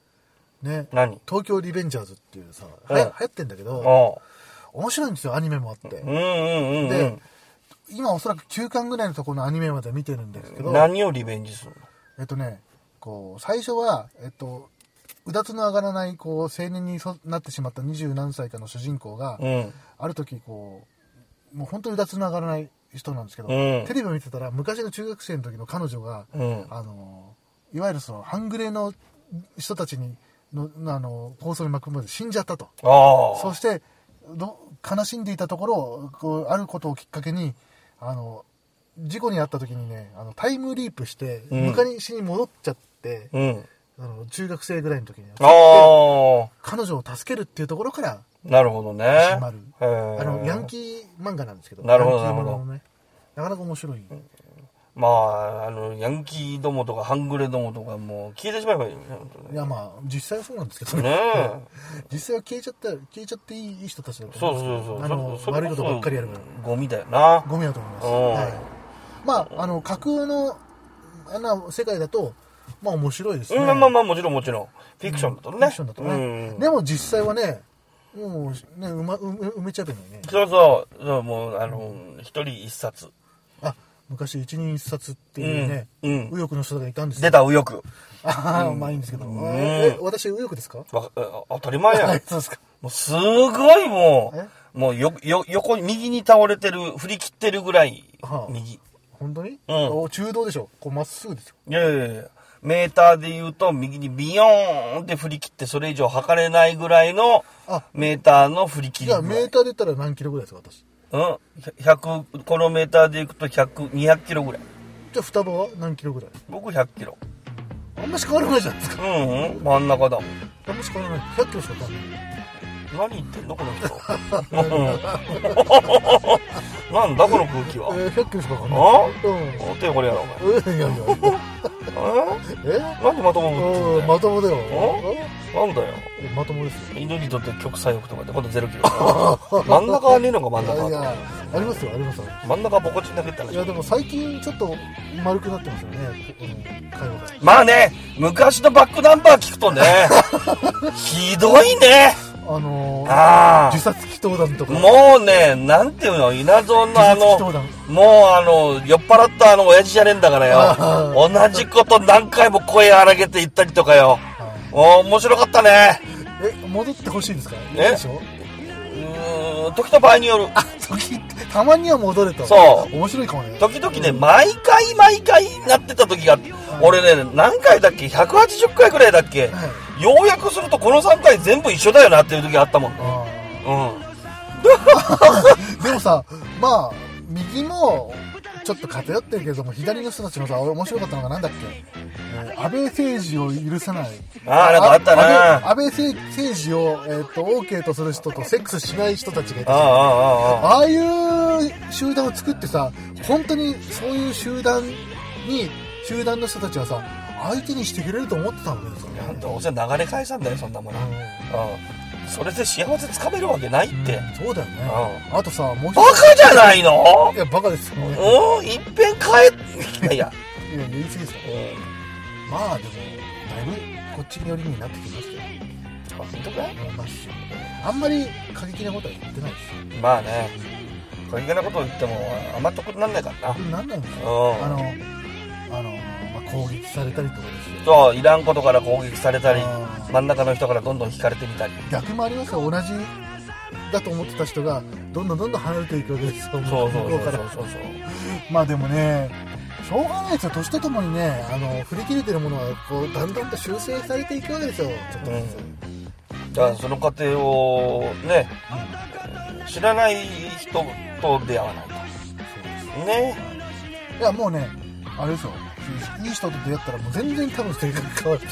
[SPEAKER 2] ね。
[SPEAKER 1] 何
[SPEAKER 2] 東京リベンジャーズっていうさ、
[SPEAKER 1] うん
[SPEAKER 2] はや流行ってんだけど、
[SPEAKER 1] お
[SPEAKER 2] 面白いんですよ、アニメもあって
[SPEAKER 1] うう。んうんうんう
[SPEAKER 2] で
[SPEAKER 1] ん。、
[SPEAKER 2] 今おそらく9巻ぐらいのところのアニメまで見てるんですけど、
[SPEAKER 1] 何をリベンジする
[SPEAKER 2] えっとね、こう、最初は、えっと、うだつの上がらない、こう、青年にそなってしまった二十何歳かの主人公が、
[SPEAKER 1] の
[SPEAKER 2] ある時、こう、もう本当にうだつの上がらない人なんですけど、
[SPEAKER 1] うん
[SPEAKER 2] テレビを見てたら、昔の中学生の時の彼女が、
[SPEAKER 1] うん。うん。
[SPEAKER 2] あの、いわゆるその、半グレの人たちに、の、あの、放送に巻くまで死んじゃったと。
[SPEAKER 1] ああ。
[SPEAKER 2] そしてど悲しんでいたところこうあることをきっかけにあの事故に遭った時にねあのタイムリープして
[SPEAKER 1] うん
[SPEAKER 2] 昔に戻っちゃって、
[SPEAKER 1] うん。
[SPEAKER 2] あの中学生ぐらいの時に
[SPEAKER 1] ああ。
[SPEAKER 2] 彼女を助けるっていうところから
[SPEAKER 1] なるほどね。
[SPEAKER 2] 始まる
[SPEAKER 1] へー
[SPEAKER 2] あのヤンキー漫画なんですけど
[SPEAKER 1] なるほど
[SPEAKER 2] ヤンキーもののねなかなか面白い、
[SPEAKER 1] まあ、あの、ヤンキーどもとか、ハングレどもとか、もう、消えてしまえばい いよね。本当
[SPEAKER 2] い
[SPEAKER 1] ね
[SPEAKER 2] やまあ実際はそうなんですけど
[SPEAKER 1] ね
[SPEAKER 2] ね
[SPEAKER 1] え。
[SPEAKER 2] 実際は消えちゃった消えちゃっていい人たちだと
[SPEAKER 1] そう
[SPEAKER 2] 思
[SPEAKER 1] そ
[SPEAKER 2] うんで
[SPEAKER 1] うそ
[SPEAKER 2] すけど
[SPEAKER 1] う。
[SPEAKER 2] あの
[SPEAKER 1] それ
[SPEAKER 2] 悪いことばっかりやるから。
[SPEAKER 1] ゴミだよな。
[SPEAKER 2] ゴミだと思います、
[SPEAKER 1] うん
[SPEAKER 2] はい、まああの架空のあの世界だとまあ面白いですね、
[SPEAKER 1] うん、まあまあまあ、もちろんもちろん。フィクションだとね。
[SPEAKER 2] フィクションだとね、
[SPEAKER 1] うん
[SPEAKER 2] でも実際はねもうねう、ま、埋め埋めちゃえばいいのにね
[SPEAKER 1] そうそう。そうもう、あの、一人一冊。
[SPEAKER 2] あ昔一人一冊っていうね、
[SPEAKER 1] うんうん
[SPEAKER 2] 右翼の人がいたんですよ
[SPEAKER 1] 出た右翼。
[SPEAKER 2] ああ、まあいいんですけど、え私右翼ですか
[SPEAKER 1] わえ当たり前や
[SPEAKER 2] は
[SPEAKER 1] ん
[SPEAKER 2] い。 そうですか
[SPEAKER 1] もう、すごいも
[SPEAKER 2] え
[SPEAKER 1] う、もう、よ、よ、横に、右に倒れてる、振り切ってるぐらい
[SPEAKER 2] は、あ
[SPEAKER 1] 右。
[SPEAKER 2] 本当に、
[SPEAKER 1] ん
[SPEAKER 2] お中道でしょこうまっすぐですよ
[SPEAKER 1] いやいやいや。メーターで言うと、右にビヨーンって振り切って、それ以上測れないぐらいの
[SPEAKER 2] あ、
[SPEAKER 1] メーターの振り切
[SPEAKER 2] い
[SPEAKER 1] り具合。
[SPEAKER 2] やメーターで言ったら何キロぐらいですか私
[SPEAKER 1] うん。100、このメーターで行くと100、200キロぐらい。
[SPEAKER 2] じゃあ双葉は何キロぐらい
[SPEAKER 1] 僕100キロ。
[SPEAKER 2] あんまし変わらないじゃないです
[SPEAKER 1] う
[SPEAKER 2] か
[SPEAKER 1] ん、うん、真ん中だもん。
[SPEAKER 2] あんまし変わらない100キロしか変わらない
[SPEAKER 1] 何言ってんのこの人。うんなんだこの空気は。
[SPEAKER 2] えー、100キロしかわかん
[SPEAKER 1] あ
[SPEAKER 2] ない。
[SPEAKER 1] お手これやろ、お前。
[SPEAKER 2] うん。うん、いやいやいや。
[SPEAKER 1] え
[SPEAKER 2] え
[SPEAKER 1] なんでまともぶってんだ
[SPEAKER 2] うん、
[SPEAKER 1] よ
[SPEAKER 2] まともだよ。
[SPEAKER 1] なんだよ。
[SPEAKER 2] えまともですよ
[SPEAKER 1] 犬にとって極左翼とかで今度ゼロキロ 真ん中はねえのか真ん
[SPEAKER 2] い
[SPEAKER 1] 中
[SPEAKER 2] やい
[SPEAKER 1] は
[SPEAKER 2] やありますよありますよ
[SPEAKER 1] 真ん中はボコチン投げたら
[SPEAKER 2] いやでも最近ちょっと丸くなってますよねここの会話が
[SPEAKER 1] まあね昔のバックナンバー聞く とねひどいね
[SPEAKER 2] あのー、
[SPEAKER 1] あ
[SPEAKER 2] 自
[SPEAKER 1] あ
[SPEAKER 2] 殺祈祷団とか
[SPEAKER 1] もうねなんていうの稲造のあ
[SPEAKER 2] 自殺
[SPEAKER 1] の
[SPEAKER 2] 祈祷団
[SPEAKER 1] もうあの酔っ払ったあの親父じゃねえんだから
[SPEAKER 2] あ
[SPEAKER 1] よ同じこと何回も声荒げて言ったりとかよお面白かったね
[SPEAKER 2] え戻ってほしいんですか
[SPEAKER 1] え
[SPEAKER 2] でしょ
[SPEAKER 1] うーん時と場合による
[SPEAKER 2] 時たまには戻れと
[SPEAKER 1] そう
[SPEAKER 2] 面白いかもね
[SPEAKER 1] 時々ね毎回毎回なってた時が俺ね何回だっけ180回ぐらいだっけ、
[SPEAKER 2] はい
[SPEAKER 1] ようやくするとこの3回全部一緒だよなっていう時あったもんうん
[SPEAKER 2] あーでもさまあ右もちょっと偏ってるけれども左の人たちのさ俺面白かったのがなんだっけ、えー安倍政治を許さない
[SPEAKER 1] ああなんかあったな
[SPEAKER 2] 安倍安倍政政治を、えー、と OK とする人とセックスしない人たちがい
[SPEAKER 1] ああ
[SPEAKER 2] たじゃん
[SPEAKER 1] ああああ
[SPEAKER 2] ああいう集団を作ってさ、本当にそういう集団に、集団の人たちはさ、相手にしてくれると思ってたんですよ
[SPEAKER 1] なん
[SPEAKER 2] ね。
[SPEAKER 1] だおせ流れ返さんだよそんなもの、
[SPEAKER 2] う
[SPEAKER 1] うんん、それで幸せつかめるわけないって、
[SPEAKER 2] そうだよね。あとさ、もう一つ
[SPEAKER 1] バカじゃないの
[SPEAKER 2] いや、バカですよね。
[SPEAKER 1] うんいっぺん帰っいやいや、
[SPEAKER 2] いや、言い過ぎですよ。
[SPEAKER 1] う
[SPEAKER 2] まあ、でも、だいぶこっち寄りになってきましたよ。
[SPEAKER 1] ん、あ本当かい
[SPEAKER 2] 思いますしあんまり過激なことは言ってないですよ。
[SPEAKER 1] まあね過激なこと言ってもあんま得になんないからな
[SPEAKER 2] なんなんですかあ
[SPEAKER 1] う
[SPEAKER 2] の
[SPEAKER 1] ん、
[SPEAKER 2] あの、まあ、攻撃されたりとかですよ。
[SPEAKER 1] そういらんことから攻撃されたり
[SPEAKER 2] うん
[SPEAKER 1] 真ん中の人からどんどん引かれてみたり
[SPEAKER 2] 逆もありますよ同じだと思ってた人がどんどんどんどん離れていくわけですよ
[SPEAKER 1] そうそうそ
[SPEAKER 2] 向
[SPEAKER 1] う
[SPEAKER 2] こ
[SPEAKER 1] そう
[SPEAKER 2] から
[SPEAKER 1] そうそう
[SPEAKER 2] まあでもねしょうがないですよ年とともにねあの振り切れてるものがこうだんだんと修正されていくわけですよちょっとずつ、
[SPEAKER 1] だからその過程をね、知らない人と出会わないとね
[SPEAKER 2] いやもうねあれですよいい人と出会ったらもう全然多分性格変わ る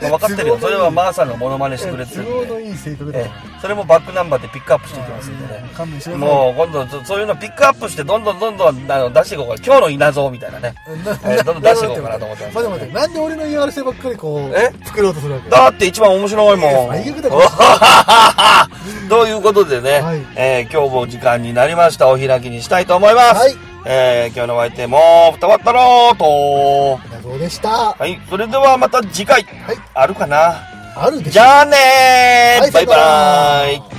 [SPEAKER 1] まあ分かってるよ
[SPEAKER 2] 都合のいい
[SPEAKER 1] それはマーさんがモノマネしてくれて
[SPEAKER 2] 都
[SPEAKER 1] るん
[SPEAKER 2] 合の
[SPEAKER 1] で、
[SPEAKER 2] いい性格だ
[SPEAKER 1] え
[SPEAKER 2] か
[SPEAKER 1] えそれもバックナンバーでピックアップしていきますんで
[SPEAKER 2] ら
[SPEAKER 1] ね
[SPEAKER 2] 勘弁してください
[SPEAKER 1] もう今度そそういうのピックアップしてどんどんどんどんあの出していこうか今日の稲造みたいなねえーどんどん出していこうかなと思ってます
[SPEAKER 2] 待って待ってなんで俺の嫌がらせばっかりこ
[SPEAKER 1] え
[SPEAKER 2] う作ろうとするわけ
[SPEAKER 1] だって一番面白いもん。
[SPEAKER 2] いや最悪だ
[SPEAKER 1] ということでね、
[SPEAKER 2] はい
[SPEAKER 1] えー今日も時間になりました。お開きにしたいと思います。
[SPEAKER 2] はい
[SPEAKER 1] えー今日のお相手も、二わったろうと。
[SPEAKER 2] 謎でした
[SPEAKER 1] はい、それではまた次回、
[SPEAKER 2] い
[SPEAKER 1] あるかな。
[SPEAKER 2] あるでしょ
[SPEAKER 1] じゃあねー、
[SPEAKER 2] はい
[SPEAKER 1] バイバ
[SPEAKER 2] バイバ
[SPEAKER 1] イ
[SPEAKER 2] イ